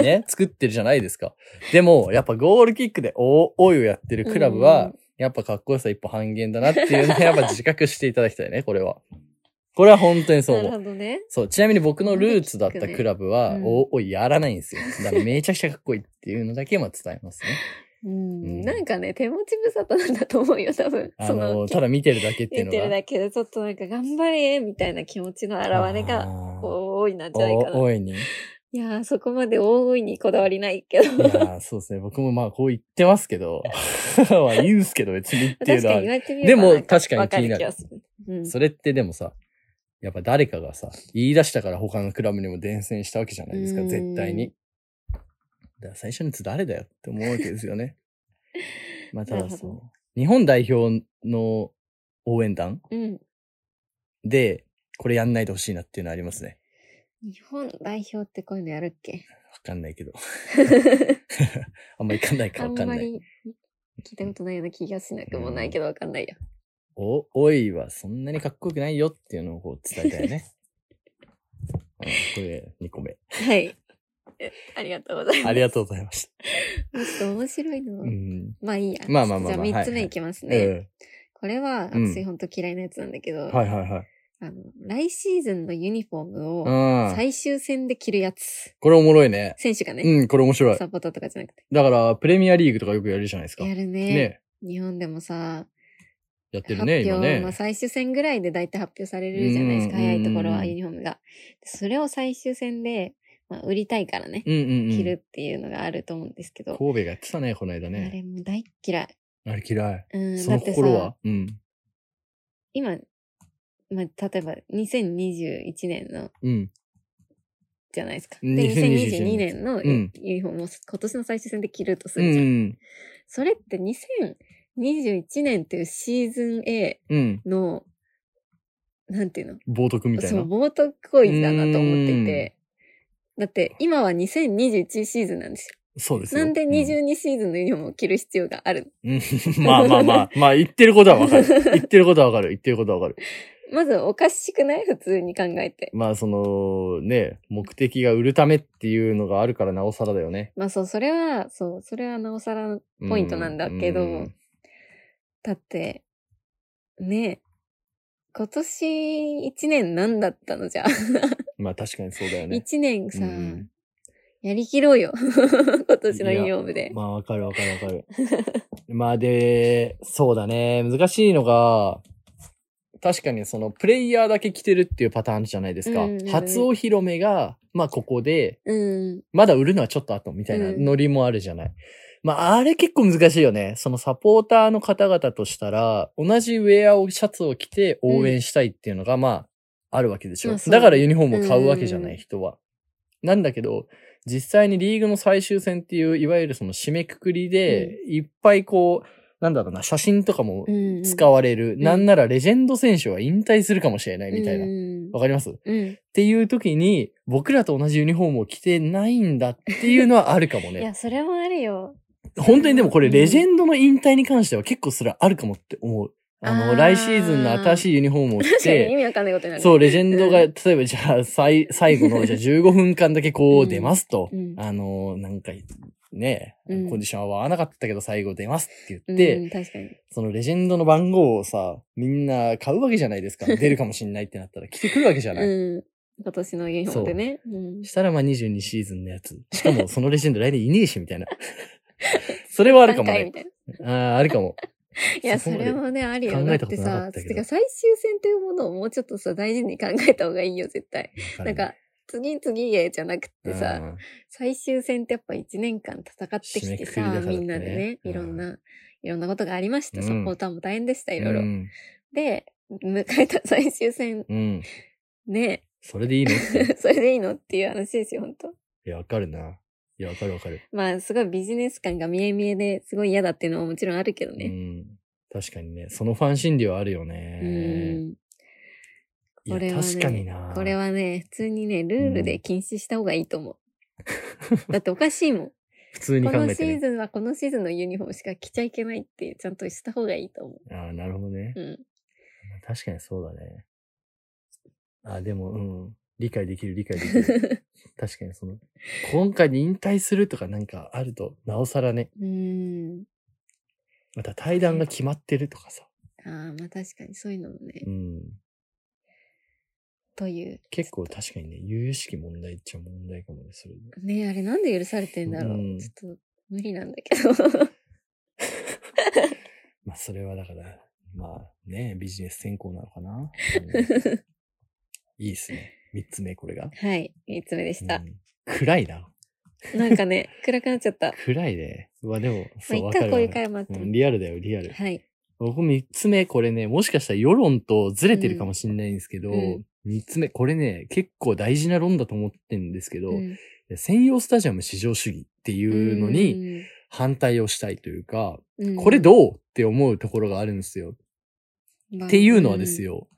Speaker 2: ね作ってるじゃないですか。でも、やっぱゴールキックでおおいをやってるクラブは、やっぱかっこよさ一歩半減だなっていう のはやっぱ自覚していただきたいね、これは。これは本当に
Speaker 1: う
Speaker 2: そ
Speaker 1: ん、な
Speaker 2: う
Speaker 1: る
Speaker 2: 思う。
Speaker 1: ほどね。
Speaker 2: そう、ちなみに僕のルーツだったクラブは、
Speaker 1: うん
Speaker 2: おおいやらないんですよ。だからめちゃくちゃかっこいいっていうのだけは伝えますね。
Speaker 1: うん、
Speaker 2: うん
Speaker 1: なんかね、手持ち無沙汰なんだと思うよ、多分。
Speaker 2: あ
Speaker 1: その、
Speaker 2: の、ただ見てるだけってい
Speaker 1: 言っ
Speaker 2: うの
Speaker 1: てる
Speaker 2: が。
Speaker 1: だけで、ちょっとなんか頑張れ、みたいな気持ちの表れ
Speaker 2: あ
Speaker 1: が
Speaker 2: ー
Speaker 1: 多いなんじゃないか
Speaker 2: お
Speaker 1: な。
Speaker 2: おいに。い
Speaker 1: いやー、そこまで大いにこだわりないけど。
Speaker 2: やーそうですね。僕もまあこう言ってますけど、 まあいいんすけど別にってい
Speaker 1: 確
Speaker 2: う
Speaker 1: か
Speaker 2: のは
Speaker 1: に言
Speaker 2: ある。
Speaker 1: われてみれば
Speaker 2: でも
Speaker 1: なんか
Speaker 2: 確かに気になる
Speaker 1: わか気がする。うん。
Speaker 2: それってでもさ、やっぱ誰かがさ、言い出したから他のクラブにも伝染したわけじゃないですか、
Speaker 1: うん
Speaker 2: 絶対に。だから最初のやつ誰だよって思うわけですよね。 まあただ
Speaker 1: なるほ
Speaker 2: そう。日本代表の応援団
Speaker 1: うん。
Speaker 2: で、これやんないでほしいなっていうのはありますね。
Speaker 1: 日本代表ってこういうのやるっけ
Speaker 2: わかんないけど。あんまりかんない か
Speaker 1: あ
Speaker 2: わ
Speaker 1: ん
Speaker 2: かん
Speaker 1: ま
Speaker 2: ない。
Speaker 1: り聞いたことないような気がしなくもないけどわかんないよ。
Speaker 2: お、おいはそんなにかっこよくないよっていうのをこう伝えたい ね。うんこれ2個目。
Speaker 1: はい。えありがとうございます。
Speaker 2: ありがとうございました。
Speaker 1: もっと面白いの。
Speaker 2: うん。
Speaker 1: まあいいや。
Speaker 2: まあまあまあまあ
Speaker 1: じゃ
Speaker 2: は
Speaker 1: あ
Speaker 2: い
Speaker 1: 3つ目いきますね。
Speaker 2: うん
Speaker 1: これは、
Speaker 2: うん
Speaker 1: 私ほんと嫌いなやつなんだけど、
Speaker 2: はいはいはい。
Speaker 1: あの、来シーズンのユニフォームを
Speaker 2: うん。
Speaker 1: 最終戦で着るやつ。
Speaker 2: これおもろいね。
Speaker 1: 選手がね、
Speaker 2: うん、これ面白い。
Speaker 1: サポーターとかじゃなくて。
Speaker 2: だから、プレミアリーグとかよくやるじゃないですか。
Speaker 1: やるね
Speaker 2: ね。
Speaker 1: 日本でもさ、
Speaker 2: やって
Speaker 1: 発
Speaker 2: る
Speaker 1: 表、
Speaker 2: ね、今
Speaker 1: まあ
Speaker 2: ね。
Speaker 1: 最終戦ぐらいで大体発表されるじゃないですか。
Speaker 2: うんうん
Speaker 1: 早
Speaker 2: うん
Speaker 1: いところはユニフォームが。それを最終戦で、まあ売りたいからね、
Speaker 2: うんうんう
Speaker 1: 着
Speaker 2: ん。
Speaker 1: るっていうのがあると思うんですけど、
Speaker 2: 神戸がやってたね、この間
Speaker 1: あ
Speaker 2: ね。
Speaker 1: れも大っ嫌い。
Speaker 2: あれ嫌い。
Speaker 1: うん、
Speaker 2: そ
Speaker 1: だ
Speaker 2: の
Speaker 1: って
Speaker 2: 心
Speaker 1: さ
Speaker 2: は、うん。
Speaker 1: 今、まあ、例えば2021年の
Speaker 2: うん。
Speaker 1: じゃないですか。で、
Speaker 2: 2021
Speaker 1: 2022年の
Speaker 2: うん
Speaker 1: ユニフォームを今年の最終戦で着るとす
Speaker 2: う
Speaker 1: るじゃん。
Speaker 2: ん。
Speaker 1: それって2021年っていうシーズン A
Speaker 2: うん。
Speaker 1: の、なんていうの
Speaker 2: 冒涜みたい
Speaker 1: そう、
Speaker 2: な。
Speaker 1: 冒涜行為だなと思っていて。だって今は2021シーズンなんです
Speaker 2: そうです
Speaker 1: よ。
Speaker 2: よ。
Speaker 1: なんで22シーズンのユニフォームを着る必要がある、
Speaker 2: うん うんまあまあまあ、まあ言ってることはわ かる。言ってることはわかる。言ってることはわかる。
Speaker 1: まずおかしくない普通に考えて。
Speaker 2: まあその、ね、目的が売るためっていうのがあるからなおさらだよね。
Speaker 1: まあそう、それは、そう、それはなおさら
Speaker 2: う
Speaker 1: ポイントなんだけど、
Speaker 2: うん
Speaker 1: だって、ねえ、今年一年何だったのじゃあ。
Speaker 2: まあ確かにそうだよね。
Speaker 1: 一、年さ、
Speaker 2: うん
Speaker 1: やりきろうよ。 今年のユニフォームで。
Speaker 2: まあわかるわかるわかる。 まあで、そうだね。難しいのが、確かにそのプレイヤーだけ着てるっていうパターンじゃないですか。
Speaker 1: うんうん
Speaker 2: 初お披露目が、まあここで、
Speaker 1: うん。
Speaker 2: まだ売るのはちょっと後みたいな
Speaker 1: うん
Speaker 2: ノリもあるじゃない。まああれ結構難しいよね。そのサポーターの方々としたら、同じウェアを、シャツを着て応援したいっていうのが、まあ、あるわけでしょ。
Speaker 1: まあそう
Speaker 2: だからユニフォームを買うわけじゃな
Speaker 1: う
Speaker 2: い
Speaker 1: ん
Speaker 2: 人は。なんだけど、実際にリーグの最終戦っていう、いわゆるその締めくくりで、いっぱいこう、なんだろうな、写真とかも
Speaker 1: うん。
Speaker 2: 使われる。
Speaker 1: ん
Speaker 2: なんならレジェンド選手は引退するかもしれないみたいな。
Speaker 1: うん。
Speaker 2: わ、かりますっ
Speaker 1: うん
Speaker 2: ていう時に、僕らと同じユニフォームを着てないんだっていうのはあるかも
Speaker 1: いや、
Speaker 2: ね。
Speaker 1: それもあるよ。
Speaker 2: 本当にでもこれ、
Speaker 1: うん
Speaker 2: レジェンドの引退に関しては結構それはあるかもって思う。あの、
Speaker 1: あー
Speaker 2: 来シーズンの新しいユニフォームを着
Speaker 1: 確か
Speaker 2: て
Speaker 1: に意、味わかんないことになる。。
Speaker 2: そうう、レジェンドが、例えばじゃあ、最、最後の、じゃあ15分間だけこ
Speaker 1: う
Speaker 2: うん出ますと、
Speaker 1: うん
Speaker 2: あのー、なんか、ね、
Speaker 1: うん
Speaker 2: コンディションは合わなかったけど最後出ますって言って、
Speaker 1: ん、確かに。
Speaker 2: そのレジェンドの番号をさ、みんな買うわけじゃないですか。出るかもしんないってなったら来てくるわけじゃない。
Speaker 1: うん。今年のユニフォームでね。うん。
Speaker 2: したらまあ22シーズンのやつ。しかもそ のレジェンド来年いねえし、みたいな。 それはあるかも
Speaker 1: 何回
Speaker 2: ね
Speaker 1: み。たいな
Speaker 2: ああ、あるかも。
Speaker 1: いや、そ
Speaker 2: そこまで
Speaker 1: れもね、あるよ。
Speaker 2: 考
Speaker 1: だ
Speaker 2: え
Speaker 1: った
Speaker 2: こと
Speaker 1: て
Speaker 2: なか
Speaker 1: さ、
Speaker 2: ったけど
Speaker 1: てか最終戦というものをもうちょっとさ、大事に考えた方がいいよ、絶対。 なんか、次々へじゃなくてさ、
Speaker 2: うん
Speaker 1: 最終戦ってやっぱ一年間戦ってき
Speaker 2: 締め
Speaker 1: て
Speaker 2: くくり
Speaker 1: さ、
Speaker 2: だからってね
Speaker 1: みんなでね、
Speaker 2: うん
Speaker 1: いろんな、いろんなことがありました。
Speaker 2: うん
Speaker 1: サポーターも大変でした、いろいろ。
Speaker 2: うん。
Speaker 1: で、迎えた最終戦、
Speaker 2: うん。
Speaker 1: ね、
Speaker 2: それでいいの っ て。
Speaker 1: それでいいのっていう話ですよ、本当
Speaker 2: いや、わかるな。いや、わかるわかる。
Speaker 1: まあ、すごいビジネス感が見え見えですごい嫌だっていうのももちろんあるけど
Speaker 2: う
Speaker 1: ね。
Speaker 2: ん。確かにね。そのファン心理はあるよ
Speaker 1: う
Speaker 2: ね。
Speaker 1: ん。
Speaker 2: いや
Speaker 1: これはね
Speaker 2: 確かにな
Speaker 1: これはね、普通にね、ルールで禁止した方がいいと 思う。だっておかしいもん。
Speaker 2: 普通に
Speaker 1: こ
Speaker 2: 考
Speaker 1: の
Speaker 2: え
Speaker 1: シ
Speaker 2: て
Speaker 1: ー
Speaker 2: ね。
Speaker 1: ズンはこのシーズンのユニフォームしか着ちゃいけないって、ちゃんとした方がいいと思
Speaker 2: ああ、なるほどね
Speaker 1: う。う。 ん。
Speaker 2: まあ確かにそうだね。あ、でも、うん。理解できる、理解でき る。確かにその、今回に引退するとかなんかあると、なおさらね、
Speaker 1: うーん。
Speaker 2: また対談が決まってるとかさ。
Speaker 1: ああ、まあ確かにそういうのもね
Speaker 2: う。ん。
Speaker 1: という。
Speaker 2: 結構確かにね、由々しき問題っちゃ問題かもね、それで。
Speaker 1: ねあれなんで許されてんだろう。
Speaker 2: うん
Speaker 1: ちょっと無理なんだけど。
Speaker 2: まあ、それはだから、まあね、ビジネス専攻なのかな。うんいいですね。三つ目、これが。
Speaker 1: はい。3つ目でした
Speaker 2: う。ん暗いな。
Speaker 1: なんかね、暗くなっちゃった。
Speaker 2: 暗いね。うわ、でも、
Speaker 1: まあ
Speaker 2: そう、
Speaker 1: 一
Speaker 2: わか
Speaker 1: 回
Speaker 2: る
Speaker 1: こういう
Speaker 2: わかる
Speaker 1: 回もあって
Speaker 2: う
Speaker 1: も。
Speaker 2: んリアルだよ、リアル。
Speaker 1: はい。
Speaker 2: 僕三つ目、これね、もしかしたら世論とずれてるかもしれないんですけど、
Speaker 1: うんう
Speaker 2: 三、つ目、これね、結構大事な論だと思ってるんですけど、
Speaker 1: うん
Speaker 2: 専用スタジアム至上主義っていうのに、反対をしたいというか、
Speaker 1: うん
Speaker 2: これどうって思うところがあるんですよ。っていうのはです。よ、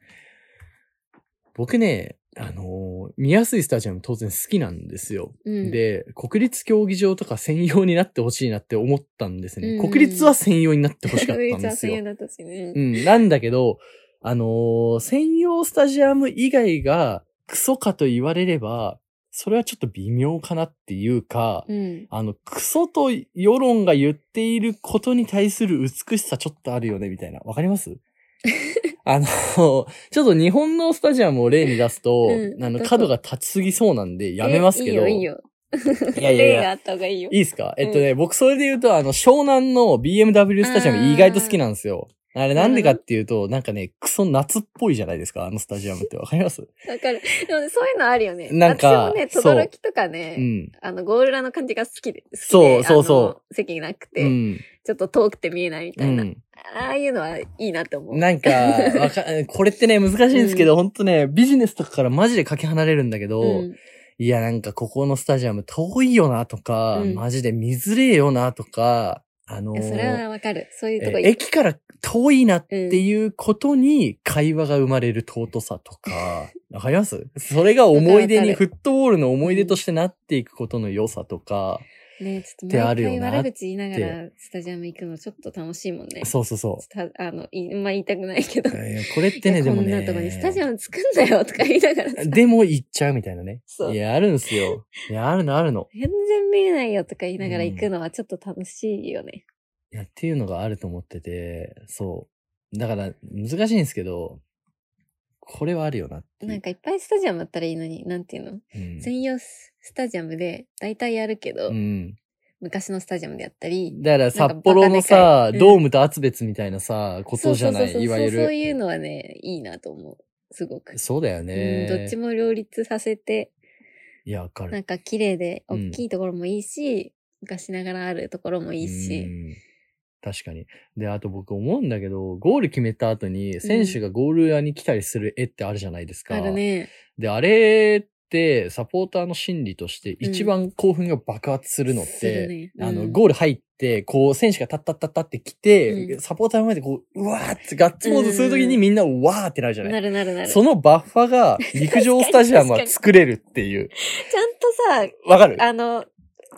Speaker 2: 僕ね、あのー見やすいスタジアム当然好きなんですよ。
Speaker 1: うん、
Speaker 2: で、国立競技場とか専用になってほしいなって思ったんですね。
Speaker 1: うん
Speaker 2: 国立は専用になってほしかった
Speaker 1: 上
Speaker 2: ん
Speaker 1: 田
Speaker 2: です
Speaker 1: さん
Speaker 2: よ
Speaker 1: 用。だったしね
Speaker 2: う。ん、なんだけど、あのー専用スタジアム以外がクソかと言われれば、それはちょっと微妙かなっていうか、
Speaker 1: うん。
Speaker 2: あの、クソと世論が言っていることに対する美しさちょっとあるよね、みたいな。わかります あの、ちょっと日本のスタジアムを例に出すと、
Speaker 1: うん
Speaker 2: あの、
Speaker 1: どうぞ
Speaker 2: 角が立ちすぎそうなんでやめますけど。
Speaker 1: えいいよ、いいよ。
Speaker 2: いやいやい
Speaker 1: 例が
Speaker 2: や。
Speaker 1: あった方がいいよ。
Speaker 2: いいですかえっとね、僕それで言うと、あの、湘南の BMW スタジア
Speaker 1: あー
Speaker 2: ム意外と好きなんですよ。あれなんでかっていうと、なんかね、クソ夏っぽいじゃないですか、あのスタジアムってわかります
Speaker 1: わかる。でもねそういうのあるよね。
Speaker 2: なんか
Speaker 1: 私もね、
Speaker 2: そう
Speaker 1: とどろきとか
Speaker 2: う
Speaker 1: ね、
Speaker 2: ん。
Speaker 1: あの、ゴールラの感じが好きで。好きで。
Speaker 2: そうそうそう
Speaker 1: 席なく
Speaker 2: う
Speaker 1: て、
Speaker 2: ん。
Speaker 1: ちょっと遠くて見えないみ
Speaker 2: う
Speaker 1: たいな。
Speaker 2: ん。
Speaker 1: ああいうのはいいなって思う。
Speaker 2: な んか、わか、これってね、難しいんですけど、ほんとね、ビジネスとかからマジでかけ離れるんだけど、
Speaker 1: うん
Speaker 2: いや、なんかここのスタジアム遠いよなとか、
Speaker 1: うん
Speaker 2: マジで見づれえよなとか、あの
Speaker 1: いやそれはわかる。そういうとこ
Speaker 2: え
Speaker 1: いい。
Speaker 2: 駅から遠いなっていうことに会話が生まれる尊さとか、わかりますそれが思い出に、
Speaker 1: わか
Speaker 2: フットボールの思い出としてなっていくことの良さとか、
Speaker 1: ねちょっと
Speaker 2: ってあ
Speaker 1: 毎
Speaker 2: るよ
Speaker 1: 回
Speaker 2: な
Speaker 1: 悪口言いなが
Speaker 2: っ
Speaker 1: らスタジアム行くのちょっと楽しいもんね。
Speaker 2: そうそうそう。
Speaker 1: たあの、いまあ、言いたくないけど。
Speaker 2: いやこれ って
Speaker 1: い
Speaker 2: ね、
Speaker 1: や
Speaker 2: でも
Speaker 1: こんな
Speaker 2: ね。
Speaker 1: とこにスタジアム作んだよとか言いながらさ、
Speaker 2: でも行っちゃうみたいなね。
Speaker 1: そう
Speaker 2: いや、あるんですよ。いや、あるのあるの。
Speaker 1: 全然見えないよとか言いながら行くのはちょっと楽しいよね。
Speaker 2: いや、っていうのがあると思ってて、そう。だから、難しいんですけど、これはあるよなっていう。
Speaker 1: なんかいっぱいスタジアムあったらいいのに、なんていうの、
Speaker 2: うん、
Speaker 1: 専用スタジアムで大体やるけど、
Speaker 2: うん。
Speaker 1: 昔のスタジアムでやったり、
Speaker 2: だから、札幌のさ、
Speaker 1: なんかバカでかいうん
Speaker 2: ドームと厚別みたいなさ、ことじゃな
Speaker 1: そうそうそう
Speaker 2: い、いわゆ
Speaker 1: そうそういう
Speaker 2: る。
Speaker 1: のはね、いいなと思う。すごく。
Speaker 2: そうだよね。
Speaker 1: うん、どっちも両立させて、
Speaker 2: いや、わかる。
Speaker 1: なんんか綺麗で、
Speaker 2: うん
Speaker 1: 大きいところもいいし、昔ながらあるところもいいし。
Speaker 2: 確かに。で、あと僕思うんだけど、ゴール決めた後に、選手がゴール裏に来たりする絵ってあるじゃないですか。
Speaker 1: あるね。
Speaker 2: で、あれって、サポーターの心理として、
Speaker 1: うん
Speaker 2: 一番興奮が爆発するのって、
Speaker 1: するね
Speaker 2: あ
Speaker 1: う
Speaker 2: の、
Speaker 1: ん
Speaker 2: ゴール入って、こう、選手がタッタッタッタって来て、
Speaker 1: うん
Speaker 2: サポーターの前でこう、うわーってガッツポーズするとき
Speaker 1: うんうん
Speaker 2: に
Speaker 1: うん
Speaker 2: みんな、うわーってなるじゃない、
Speaker 1: なるなるなる。
Speaker 2: そのバッファが、陸上スタジアムは作れるっていう。
Speaker 1: ちゃんと
Speaker 2: わかる
Speaker 1: さ、あの、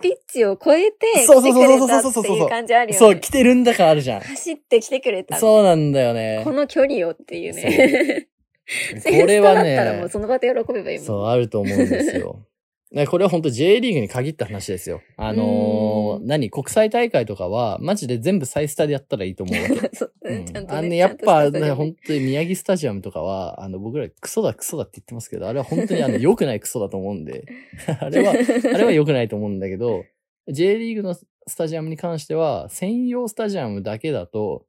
Speaker 1: ピッチを越えて来て
Speaker 2: そうそう
Speaker 1: くれ
Speaker 2: そう
Speaker 1: た
Speaker 2: そうそ
Speaker 1: っ
Speaker 2: うそうそう
Speaker 1: ていう感じあるよね。
Speaker 2: そう、来てるんだからあるじゃん。
Speaker 1: 走って来てくれた。
Speaker 2: そうなんだよね。
Speaker 1: この距離をっていうね。
Speaker 2: こ
Speaker 1: センス
Speaker 2: れは
Speaker 1: だったらも
Speaker 2: ね
Speaker 1: う、その場で喜べばいいもん。
Speaker 2: そう、あると思うんです よ。ねこれは本当 J リーグに限った話ですよ。あの
Speaker 1: う
Speaker 2: ー
Speaker 1: ん
Speaker 2: 何国際大会とかは、マジで全部サイスタでやったらいいと思うわ け。
Speaker 1: そう
Speaker 2: うん
Speaker 1: ちゃんとね。
Speaker 2: あのねやっぱ、
Speaker 1: ちゃんとしたスタ
Speaker 2: ね、
Speaker 1: ジアムね
Speaker 2: 本当に宮城スタジアムとかは、あの、僕らクソだクソだって言ってますけど、あれは本当にあの、良くないクソだと思うんで、 あれ は、あれは良くないと思うんだけど、J リーグのスタジアムに関しては、専用スタジアムだけだと、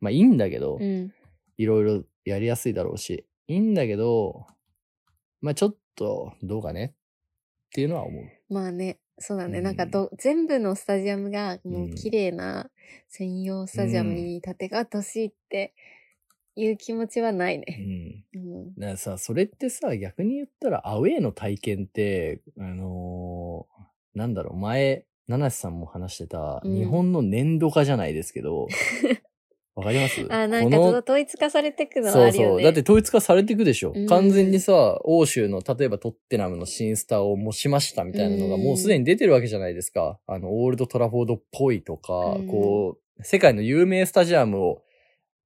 Speaker 2: まあいいんだけど、
Speaker 1: うん。
Speaker 2: いろいろやりやすいだろうし、いいんだけど、まあちょっと、どうかねっていうのは思う。
Speaker 1: まあね、そうだね。
Speaker 2: うん
Speaker 1: なんかど、全部のスタジアムがもう綺麗な専用スタジアムに建てがってほしいっていう気持ちはないうね。
Speaker 2: ん。
Speaker 1: うん。
Speaker 2: だからさ、それってさ、逆に言ったら、アウェイの体験って、あのーなんだろう、前、七瀬さんも話してた、
Speaker 1: うん
Speaker 2: 日本の粘土化じゃないですけど、わかります
Speaker 1: あ、なんかち
Speaker 2: こ
Speaker 1: ょっ
Speaker 2: の
Speaker 1: と統一化されてくのは
Speaker 2: そ
Speaker 1: あ
Speaker 2: う
Speaker 1: るよね。
Speaker 2: そう。だって統一化されていくでしょ
Speaker 1: うん。
Speaker 2: 完全にさ、欧州の、例えばトッテナムの新スターを模しましたみたいなのが
Speaker 1: うん
Speaker 2: もうすでに出てるわけじゃないですか。あの、オールドトラフォードっぽいとか、
Speaker 1: うん
Speaker 2: こう、世界の有名スタジアムを、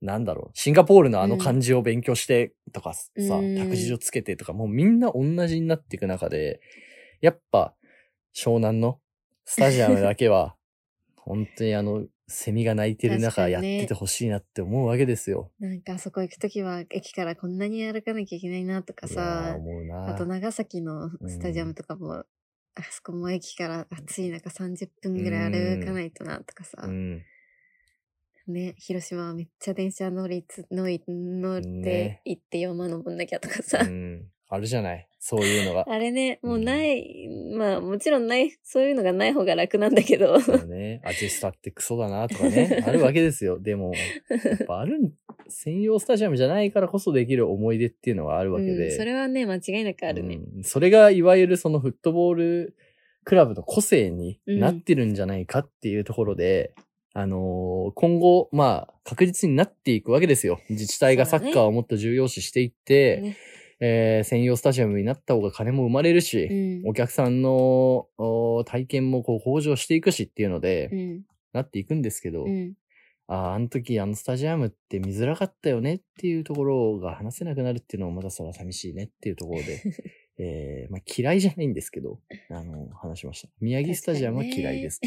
Speaker 2: なんだろう、シンガポールのあの漢字を勉強してとかさ、
Speaker 1: うん
Speaker 2: 託児所つけてとか、もうみんな同じになっていく中で、やっぱ、湘南のスタジアムだ けは、本当にあの、セミが鳴いてる
Speaker 1: 確か
Speaker 2: 中
Speaker 1: に
Speaker 2: やっ
Speaker 1: ね
Speaker 2: ててほしいなって思うわけですよ。
Speaker 1: なんかあそこ行くときは駅からこんなに歩かなきゃいけないなとか
Speaker 2: いやー
Speaker 1: さ、
Speaker 2: 思う
Speaker 1: あ
Speaker 2: な
Speaker 1: と長崎のスタジアムとかも、あそこも駅から暑い中30分ぐらい歩かないとなとかさ、
Speaker 2: うん。
Speaker 1: ね、広島はめっちゃ電車乗りつ、乗り、乗って
Speaker 2: ね
Speaker 1: 行って山登んなきゃとかさ、
Speaker 2: うん。あるじゃない。そういうのが。
Speaker 1: あれね、もううんない、まあもちろんない、そういうのがない方が楽なんだけど、
Speaker 2: そうね。アジスタってクソだなと かね。あるわけですよ。でも、やっぱあるん、専用スタジアムじゃないからこそできる思い出っていうのはあるわけで。
Speaker 1: うん、それはね、間違いなくあるね。
Speaker 2: うんそれがいわゆるそのフットボールクラブの個性になってるんじゃないかっていうところで、あのー今後、まあ、確実になっていくわけですよ。自治体が
Speaker 1: そ
Speaker 2: サ
Speaker 1: うだね
Speaker 2: ッカーをもっと重要視していって、
Speaker 1: ね
Speaker 2: えー専用スタジアムになった方が金も生まれるし、
Speaker 1: うん。
Speaker 2: お客さんのお体験もこう向上していくしっていうので、
Speaker 1: うん。
Speaker 2: なっていくんですけど、
Speaker 1: うん。
Speaker 2: ああ、あの時あのスタジアムって見づらかったよねっていうところが話せなくなるっていうのもまたそれは寂しいねっていうところ で、えーまあ嫌いじゃないんですけど、あの、話しました。宮城スタジアムは嫌いです。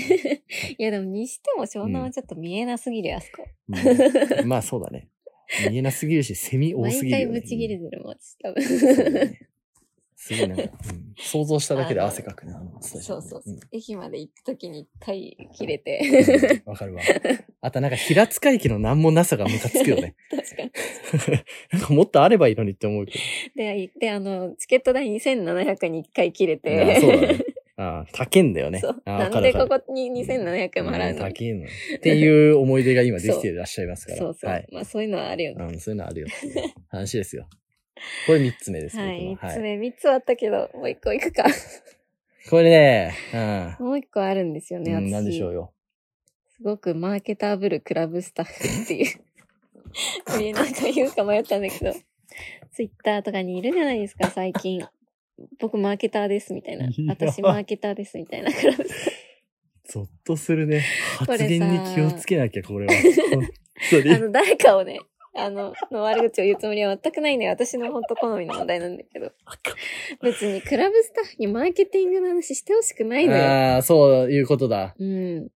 Speaker 1: いやでもにしても湘南はちょっと見えなすぎるよ、あそこ。
Speaker 2: うんまあそうだね。見えなすぎるし、セミ多
Speaker 1: 毎
Speaker 2: すぎる
Speaker 1: 回
Speaker 2: よね、
Speaker 1: ブチ切れてるもん、私多分。
Speaker 2: そうだねすごいなんか、うん想像しただけで汗かくな、あのスタジ
Speaker 1: そう
Speaker 2: アム。
Speaker 1: そうそう、
Speaker 2: ん
Speaker 1: 駅まで行った時に一回切れて。
Speaker 2: わかるわ。あとなんか平塚駅の何もなさがムカつくよね。
Speaker 1: 確かに。
Speaker 2: なんかもっとあればいいのにって思うけど。
Speaker 1: で、で、あの、チケット代2700円に一回切れ
Speaker 2: あ
Speaker 1: て。
Speaker 2: あそうだね。ああ、高えんだよね。
Speaker 1: そう
Speaker 2: ああ
Speaker 1: な
Speaker 2: わか
Speaker 1: ん
Speaker 2: るわ
Speaker 1: で
Speaker 2: かる
Speaker 1: ここに2700円も払う
Speaker 2: うん
Speaker 1: の
Speaker 2: 高えのよ。っていう思い出が今できていらっしゃいますから。
Speaker 1: そうそう、
Speaker 2: はい。
Speaker 1: まあそういうのはあるよね。
Speaker 2: うん、そういうのあるよっていう話ですよ。これ3つ目です、
Speaker 1: はい、
Speaker 2: 僕の
Speaker 1: 3つ目、3つはあったけど、もう1個行くか。
Speaker 2: これね、
Speaker 1: もう1個あるんですよ
Speaker 2: うん。
Speaker 1: ね、
Speaker 2: うん、なんでしょう
Speaker 1: う
Speaker 2: よ。。
Speaker 1: すごくマーケターブルクラブスタッフって いう。これなんか言うか迷ったんだけど。ツイッターとかにいるじゃないですか、最近。僕マーケターですみたいない
Speaker 2: や
Speaker 1: 私マーケターですみたいなクラブス
Speaker 2: ゾッとするね。
Speaker 1: これ
Speaker 2: 発
Speaker 1: さ
Speaker 2: 言に気をつけなき ゃ、これは。本当
Speaker 1: ター。あ
Speaker 2: に。
Speaker 1: の、誰かをね、あの、の悪口を言うつもりは全くないんで、私の本当好みの問題なんだけど。別にクラブスタッフにマーケティングの話してほしくないのよ。
Speaker 2: ああ、そういうことだ。
Speaker 1: うん。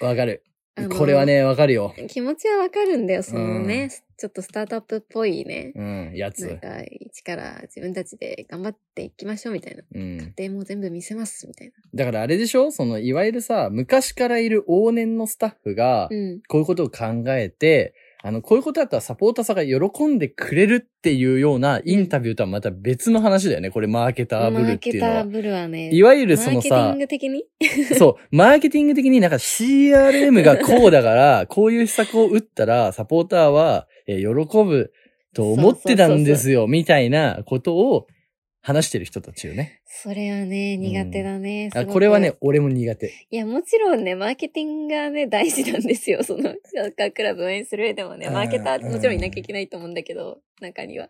Speaker 2: わかる
Speaker 1: あの。
Speaker 2: これはね、わかるよ。
Speaker 1: 気持ちはわかるんだよ、そのね、
Speaker 2: うん
Speaker 1: ちょっとスタートアップっぽいね。
Speaker 2: うん、や
Speaker 1: な
Speaker 2: つ
Speaker 1: ん。か、一から自分たちで頑張っていきましょうみたいな。
Speaker 2: うん。
Speaker 1: 家庭も全部見せますみたい
Speaker 2: だからあれでしょその、いわゆるさ、昔からいる往年のスタッフが
Speaker 1: な。、うん。
Speaker 2: こういうことを考えて、あの、こういうことだったらサポーターさんが喜んでくれるっていうようなインタビューとはまた別の話だよね。これマーケターブ
Speaker 1: マ
Speaker 2: ル
Speaker 1: ー
Speaker 2: ってい
Speaker 1: ケ
Speaker 2: うの
Speaker 1: タ
Speaker 2: は
Speaker 1: ー。ブルはね、
Speaker 2: いわゆるそ
Speaker 1: マ
Speaker 2: の
Speaker 1: ーケティ
Speaker 2: さ
Speaker 1: ン、グ的に
Speaker 2: そう、マーケティング的になんか CRM がこうだ から、こういう施策を打ったらサポーターはえー喜ぶと思ってたんですよ、みたいなことを話してる人たちよね。
Speaker 1: それはね、苦手だね。す
Speaker 2: あ
Speaker 1: ごく
Speaker 2: これはね、。俺も苦手。
Speaker 1: いや、もちろんね、マーケティングがね、大事なんですよ。その、サッカークラブを応援する上でもね、
Speaker 2: うん
Speaker 1: マーケターもちろんいなきゃいけないと思うんだけど、中には。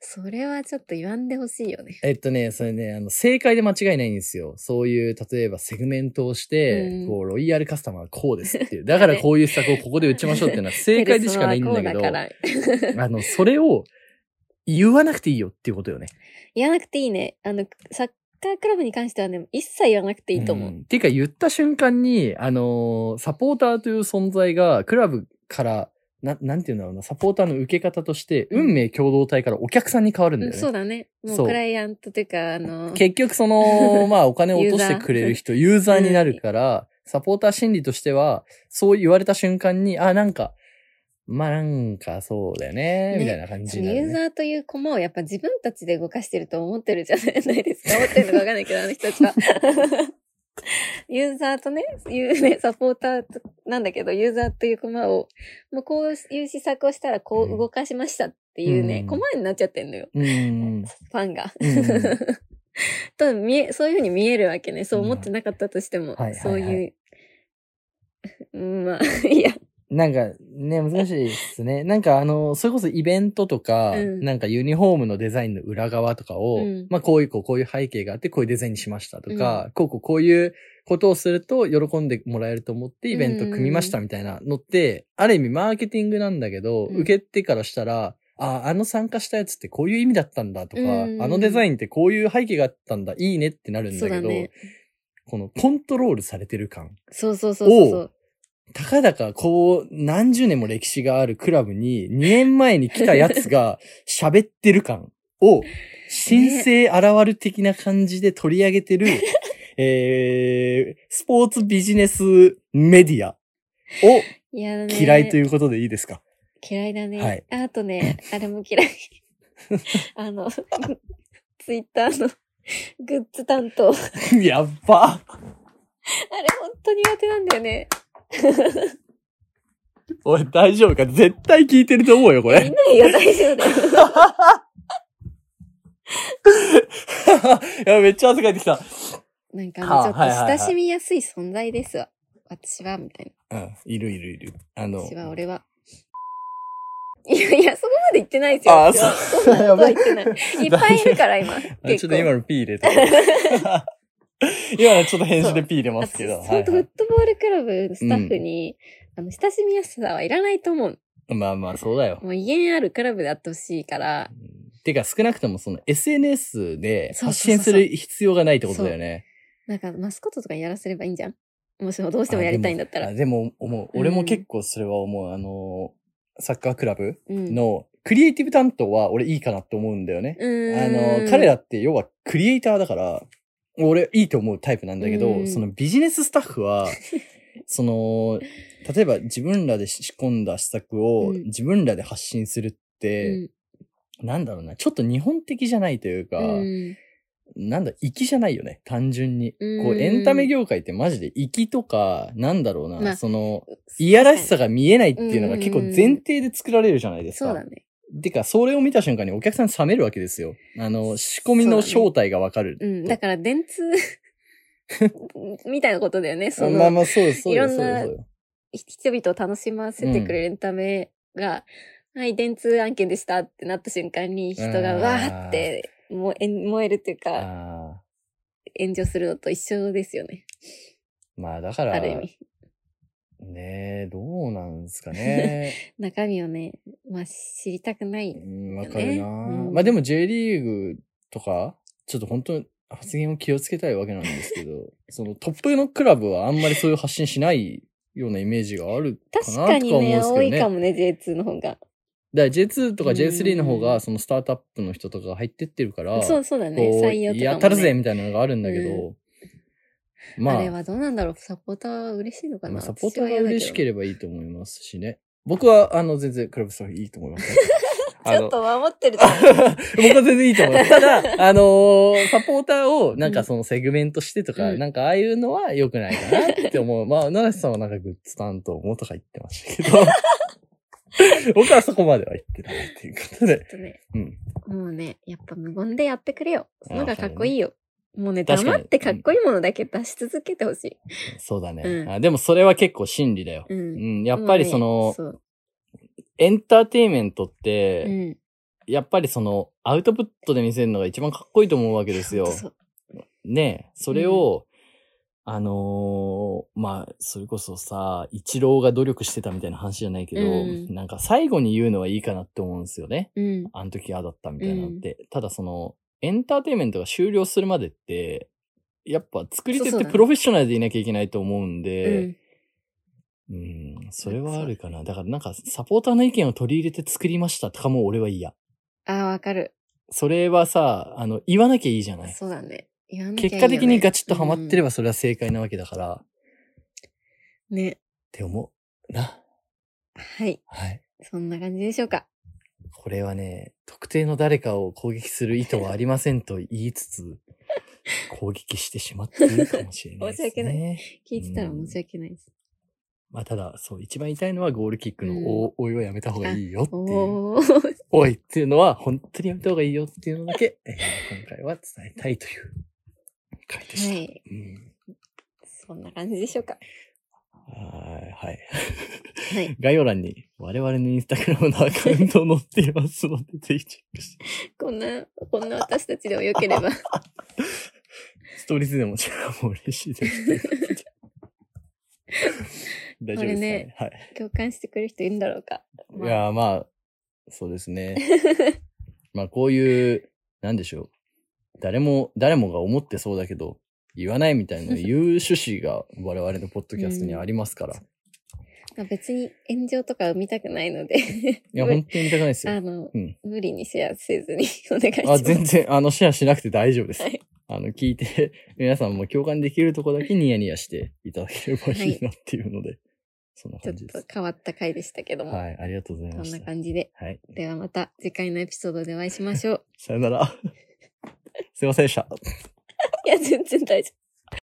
Speaker 1: それはちょっと言わんでほしいよね。
Speaker 2: えっとね、それね、あの、正解で間違いないんですよ。そういう、例えばセグメントをして、
Speaker 1: うん
Speaker 2: こう、ロイヤルカスタマーはこうですっ ていう。だからこういう施策をここで打ちましょうっていうのは正解でしかないんだけ
Speaker 1: ペル
Speaker 2: ど
Speaker 1: ソ、ナはこうだから
Speaker 2: あの、それを言わなくていいよっていうことよね。
Speaker 1: 言わなくていいね。あの、サッカークラブに関してはね、一切言わなくていいと思う。
Speaker 2: んっていうか言った瞬間に、あのーサポーターという存在が、クラブから、な、なんていうんだろうな、サポーターの受け方として、
Speaker 1: うん
Speaker 2: 運命共同体からお客さんに変わるんだ
Speaker 1: う
Speaker 2: よ
Speaker 1: ん
Speaker 2: ね。
Speaker 1: そうだね。も
Speaker 2: そうう
Speaker 1: クライアントというか、あ の、
Speaker 2: 結局そ の、まあお金を落としてくれる人、ユーザーになるから、サポーター心理としては、そう言われた瞬間に、あ、なんか、まあなんかそうだよね、
Speaker 1: ね
Speaker 2: みたいな感じ
Speaker 1: そ
Speaker 2: に
Speaker 1: の
Speaker 2: な
Speaker 1: ユ
Speaker 2: る、
Speaker 1: ー
Speaker 2: ね
Speaker 1: ザ。ーという駒をやっぱ自分たちで動かしてると思ってるじゃないです か。思ってるのかわかんないけど、あの人たちは。 ユーザーとね、ユーね、サポーターとなんだけど、ユーザーという駒を、もうこういう施策をしたらこう動かしましたっていうね、
Speaker 2: うん
Speaker 1: 駒になっちゃってんのよ、
Speaker 2: うん。
Speaker 1: ファンが。
Speaker 2: うん
Speaker 1: と見えそういうふうに見えるわけね。そう思ってなかったとしても、
Speaker 2: はいはいはい
Speaker 1: そういう。うんまあ、いや、
Speaker 2: なんかね、難しいですね。なんかあの、それこそイベントとか、
Speaker 1: うん
Speaker 2: なんかユニフォームのデザインの裏側とか
Speaker 1: う
Speaker 2: を、
Speaker 1: ん
Speaker 2: まあこういうこうこういう背景があってこういうデザインにしましたとか、こうこうこういうことをすると喜んでもらえると思ってイベント組みましたみたいなのって、ある意味マーケティングなんだけど、
Speaker 1: うん
Speaker 2: 受けてからしたら、あ、あの参加したやつってこういう意味だったんだとか、
Speaker 1: うん
Speaker 2: あのデザインってこういう背景があったんだ、いいねってなるん
Speaker 1: そ
Speaker 2: だ
Speaker 1: うだ
Speaker 2: けど、
Speaker 1: ね。
Speaker 2: このコントロールされてる感。
Speaker 1: そうそうそうそうそ
Speaker 2: お
Speaker 1: う。
Speaker 2: たかだかこう何十年も歴史があるクラブに2年前に来たやつ が喋ってる感を新生現る的な感じで取り上げ てる、えー、スポーツビジネスメディアを
Speaker 1: 嫌だね。
Speaker 2: 嫌いということでいいですか
Speaker 1: 嫌いだね。
Speaker 2: はい
Speaker 1: ああとね、あれも嫌い。 あの、 ツイッターのグッズ担当。あれ
Speaker 2: やっば
Speaker 1: 本当苦手なんだよね。
Speaker 2: おい大丈夫か絶対聞いてると思うよこ
Speaker 1: い な
Speaker 2: れ。
Speaker 1: いよ、大丈夫だよ。
Speaker 2: いやめっちゃ汗かいてきた。
Speaker 1: なんか
Speaker 2: は
Speaker 1: もう
Speaker 2: あ
Speaker 1: ちょっと
Speaker 2: はいはいはい
Speaker 1: 親しみやすい存在ですわ。私は、みたい
Speaker 2: うん、いるいるいる。あ
Speaker 1: な。
Speaker 2: の
Speaker 1: 私、は、俺は。いやいや、そこまで言ってないですよ。
Speaker 2: あー
Speaker 1: 私は
Speaker 2: そ
Speaker 1: そんなことは言
Speaker 2: や
Speaker 1: って ない。いっぱいいるから、今。結
Speaker 2: あ
Speaker 1: 構
Speaker 2: ちょっと今の P 入れた。今のちょっと編集で P 入れます けど。
Speaker 1: 私
Speaker 2: は
Speaker 1: 本
Speaker 2: い
Speaker 1: 当、フ
Speaker 2: は
Speaker 1: ットボールクラブのスタッフに、あの、親しみやすさはいらないと思う。
Speaker 2: い、まあまあ、そうだよ。
Speaker 1: もう威厳あるクラブであってほしいから、
Speaker 2: てか、少なくともその SNS で
Speaker 1: そう
Speaker 2: 発
Speaker 1: そうそうそう
Speaker 2: 信する必要がないってことだよね。
Speaker 1: なんかマスコットとかやらせればいいんじゃんもしどうしてもやりたいんだったら
Speaker 2: あ。でも、思う。
Speaker 1: うん
Speaker 2: 俺も結構それは思う。あの、サッカークラブ
Speaker 1: うん、
Speaker 2: のクリエイティブ担当は俺いいかなって思うんだよね。
Speaker 1: うー
Speaker 2: あ
Speaker 1: ん
Speaker 2: の、彼らって要はクリエイターだから、俺いいと思うタイプなんだけ
Speaker 1: う
Speaker 2: ど、
Speaker 1: ん
Speaker 2: そのビジネススタッ フは、その、例えば自分らで仕込んだ施策を
Speaker 1: うん
Speaker 2: 自分らで発信するって、なんだろうな、ちょっと日本的じゃないというか、
Speaker 1: うん
Speaker 2: なんだ、粋じゃないよね、単純に。
Speaker 1: うん
Speaker 2: こう、エンタメ業界ってマジで粋とか、なんだろうな、
Speaker 1: まあ
Speaker 2: その、
Speaker 1: うん
Speaker 2: いやらしさが見えないっていうのが結構
Speaker 1: うんうん
Speaker 2: 前提で作られるじゃないですか。
Speaker 1: そうだね。
Speaker 2: てか、それを見た瞬間にお客さん冷めるわけですよ。あの、仕込みの正体がわかる。
Speaker 1: うん。だから電 通 みたいなことだよね。そ
Speaker 2: ま
Speaker 1: の
Speaker 2: あまあ、そうです、そう
Speaker 1: いろ
Speaker 2: で
Speaker 1: ん
Speaker 2: す、そう
Speaker 1: な
Speaker 2: ですそうです。
Speaker 1: 人々を楽しませてくれるためが、はい、電通案件でしたってなった瞬間に人が
Speaker 2: うん
Speaker 1: わーって燃え燃えるっていう
Speaker 2: あ
Speaker 1: か、
Speaker 2: あ
Speaker 1: 炎上するのと一緒ですよね。
Speaker 2: ー。まあ、だから、
Speaker 1: ある意味。
Speaker 2: ねえ、どうなんですかね。
Speaker 1: 中身をね、まあ知りたく ない
Speaker 2: うんわかるな、
Speaker 1: うん
Speaker 2: まあでも J リーグとか、ちょっと本当に発言を気をつけたいわけなんです けど、そのトップのクラブはあんまりそういう発信しないようなイメージがあるか
Speaker 1: 確
Speaker 2: なとか
Speaker 1: か
Speaker 2: 思うんですけ
Speaker 1: に
Speaker 2: ど
Speaker 1: ね、
Speaker 2: ね。
Speaker 1: 多いかもね、J2 の方が。
Speaker 2: だから J2 とか
Speaker 1: うん
Speaker 2: J3 の方が、そのスタートアップの人とかが入ってってるから、
Speaker 1: そう、そうだね。
Speaker 2: こ
Speaker 1: 採用と
Speaker 2: う
Speaker 1: かも、ね。
Speaker 2: やったるぜみたいなのがあるんだけど、ま
Speaker 1: あ、
Speaker 2: あ
Speaker 1: れ、はどうなんだろうサポーターは嬉しいのか
Speaker 2: ま
Speaker 1: な
Speaker 2: あサポーターが嬉しけ
Speaker 1: れ
Speaker 2: ればいいと思いますしね。僕は、あの、全然クラブスタッフいいと思います。あ
Speaker 1: ちょ
Speaker 2: の
Speaker 1: っと守ってるじゃん。
Speaker 2: 僕は全然いいと思う。ただ、あのーサポーターを、なん
Speaker 1: う
Speaker 2: か
Speaker 1: ん
Speaker 2: そのセグメントしてとか、
Speaker 1: うん
Speaker 2: なんかああいうのは良くないかなっ て思う。まあ、七瀬さんはなんかグッズ担当もとか言ってましたけど、 僕はそこまでは言ってないっていうことで。
Speaker 1: ちょっとね、
Speaker 2: うん。
Speaker 1: もうね、やっぱ無言でやってくれよ。その方がかっこいいよ。もうね、
Speaker 2: 確かに
Speaker 1: 黙ってかっこいいものだけ出し続けてほしい。
Speaker 2: そうだね、
Speaker 1: うん
Speaker 2: あ。でもそれは結構真理だよ。
Speaker 1: う。
Speaker 2: うんん。やっぱり
Speaker 1: も
Speaker 2: そ
Speaker 1: う
Speaker 2: の
Speaker 1: ね、そう
Speaker 2: エンターテインメントっ
Speaker 1: う
Speaker 2: て、
Speaker 1: ん。
Speaker 2: やっぱりその、アウトプットで見せるのが一番かっこいいと思うわけですよ。
Speaker 1: ほんとそう
Speaker 2: ねえ、それを、あのーまあ、それこそさ、一郎が努力してたみたいな話じゃないけど、
Speaker 1: うん
Speaker 2: なんか最後に言うのはいいかなって思うんですよね。
Speaker 1: うん。
Speaker 2: あの時ああだったみたいなのって。ただその、エンターテインメントが終了するまでって、やっぱ作り
Speaker 1: そう
Speaker 2: 手っ
Speaker 1: そう
Speaker 2: て
Speaker 1: だね
Speaker 2: プロフェッショナルでいなきゃいけないと思うん
Speaker 1: う
Speaker 2: で、
Speaker 1: ん。
Speaker 2: うん、それはあるかな。だからなんかサポーターの意見を取り入れて作りましたとかも俺は嫌。
Speaker 1: ああ、わかる。
Speaker 2: それはさ、あの、言わなきゃいいじゃない。
Speaker 1: そうだね。言わなきゃいいよ
Speaker 2: 結
Speaker 1: ね
Speaker 2: 果的にガチッとハマってればそれは正解なわけだから、っ
Speaker 1: うんね。
Speaker 2: て思うな。
Speaker 1: はい。
Speaker 2: はい。
Speaker 1: そんな感じでしょうか。
Speaker 2: これはね、特定の誰かを攻撃する意図はありませんと言いつ つ、攻撃してしまっているかもしれないで
Speaker 1: 申し訳
Speaker 2: すね。
Speaker 1: な聞いてたら申し訳ないです。
Speaker 2: まあただ、そう、一番痛いのはゴールキックのお、おいはやめた方がいいよっていう、
Speaker 1: おー。
Speaker 2: おいっていうのは本当にやめた方がいいよっていうのだけ、えー今回は伝えたいという回でした。
Speaker 1: はい。
Speaker 2: うん
Speaker 1: そんな感じでしょうか。
Speaker 2: はいはい。
Speaker 1: はい。
Speaker 2: 概要欄に我々のインスタグラムのアカウントを載っていますので、ぜひチェックして。
Speaker 1: こんな、こんな私たちでも良け れば。
Speaker 2: ストーリーズでもチェックも嬉しいです。大丈夫ですかね。はい。
Speaker 1: 共感してくれる人いるんだろうか。まあ
Speaker 2: いやーまあ、そうです ね。まあこういう、なんでしょう。誰も、誰もが思ってそうだけど、言わないみたいな言う趣旨が我々のポッドキャストにありますから。
Speaker 1: まあ別に炎上とか生みたくないので
Speaker 2: いや、本当に見たくないですよ
Speaker 1: あ。の、
Speaker 2: うん
Speaker 1: 無理にシェアせずに お願いしま
Speaker 2: あ、
Speaker 1: す。
Speaker 2: 全然、あの、シェアしなくて大丈夫です。
Speaker 1: はい
Speaker 2: あの、聞いて、皆さんも共感できるとこだけニヤニヤしていただければいいなっていうので、そんな
Speaker 1: ちょっ
Speaker 2: 感じで
Speaker 1: と
Speaker 2: す。
Speaker 1: 変わった回でしたけども、
Speaker 2: はい、ありがとうござい
Speaker 1: こ
Speaker 2: ま
Speaker 1: ん
Speaker 2: し
Speaker 1: な
Speaker 2: た。
Speaker 1: 感じで。
Speaker 2: はい、
Speaker 1: ではまた次回のエピソー ドでお会いしましょう。
Speaker 2: さよなら。すいませんでした。
Speaker 1: いや、全然大丈夫。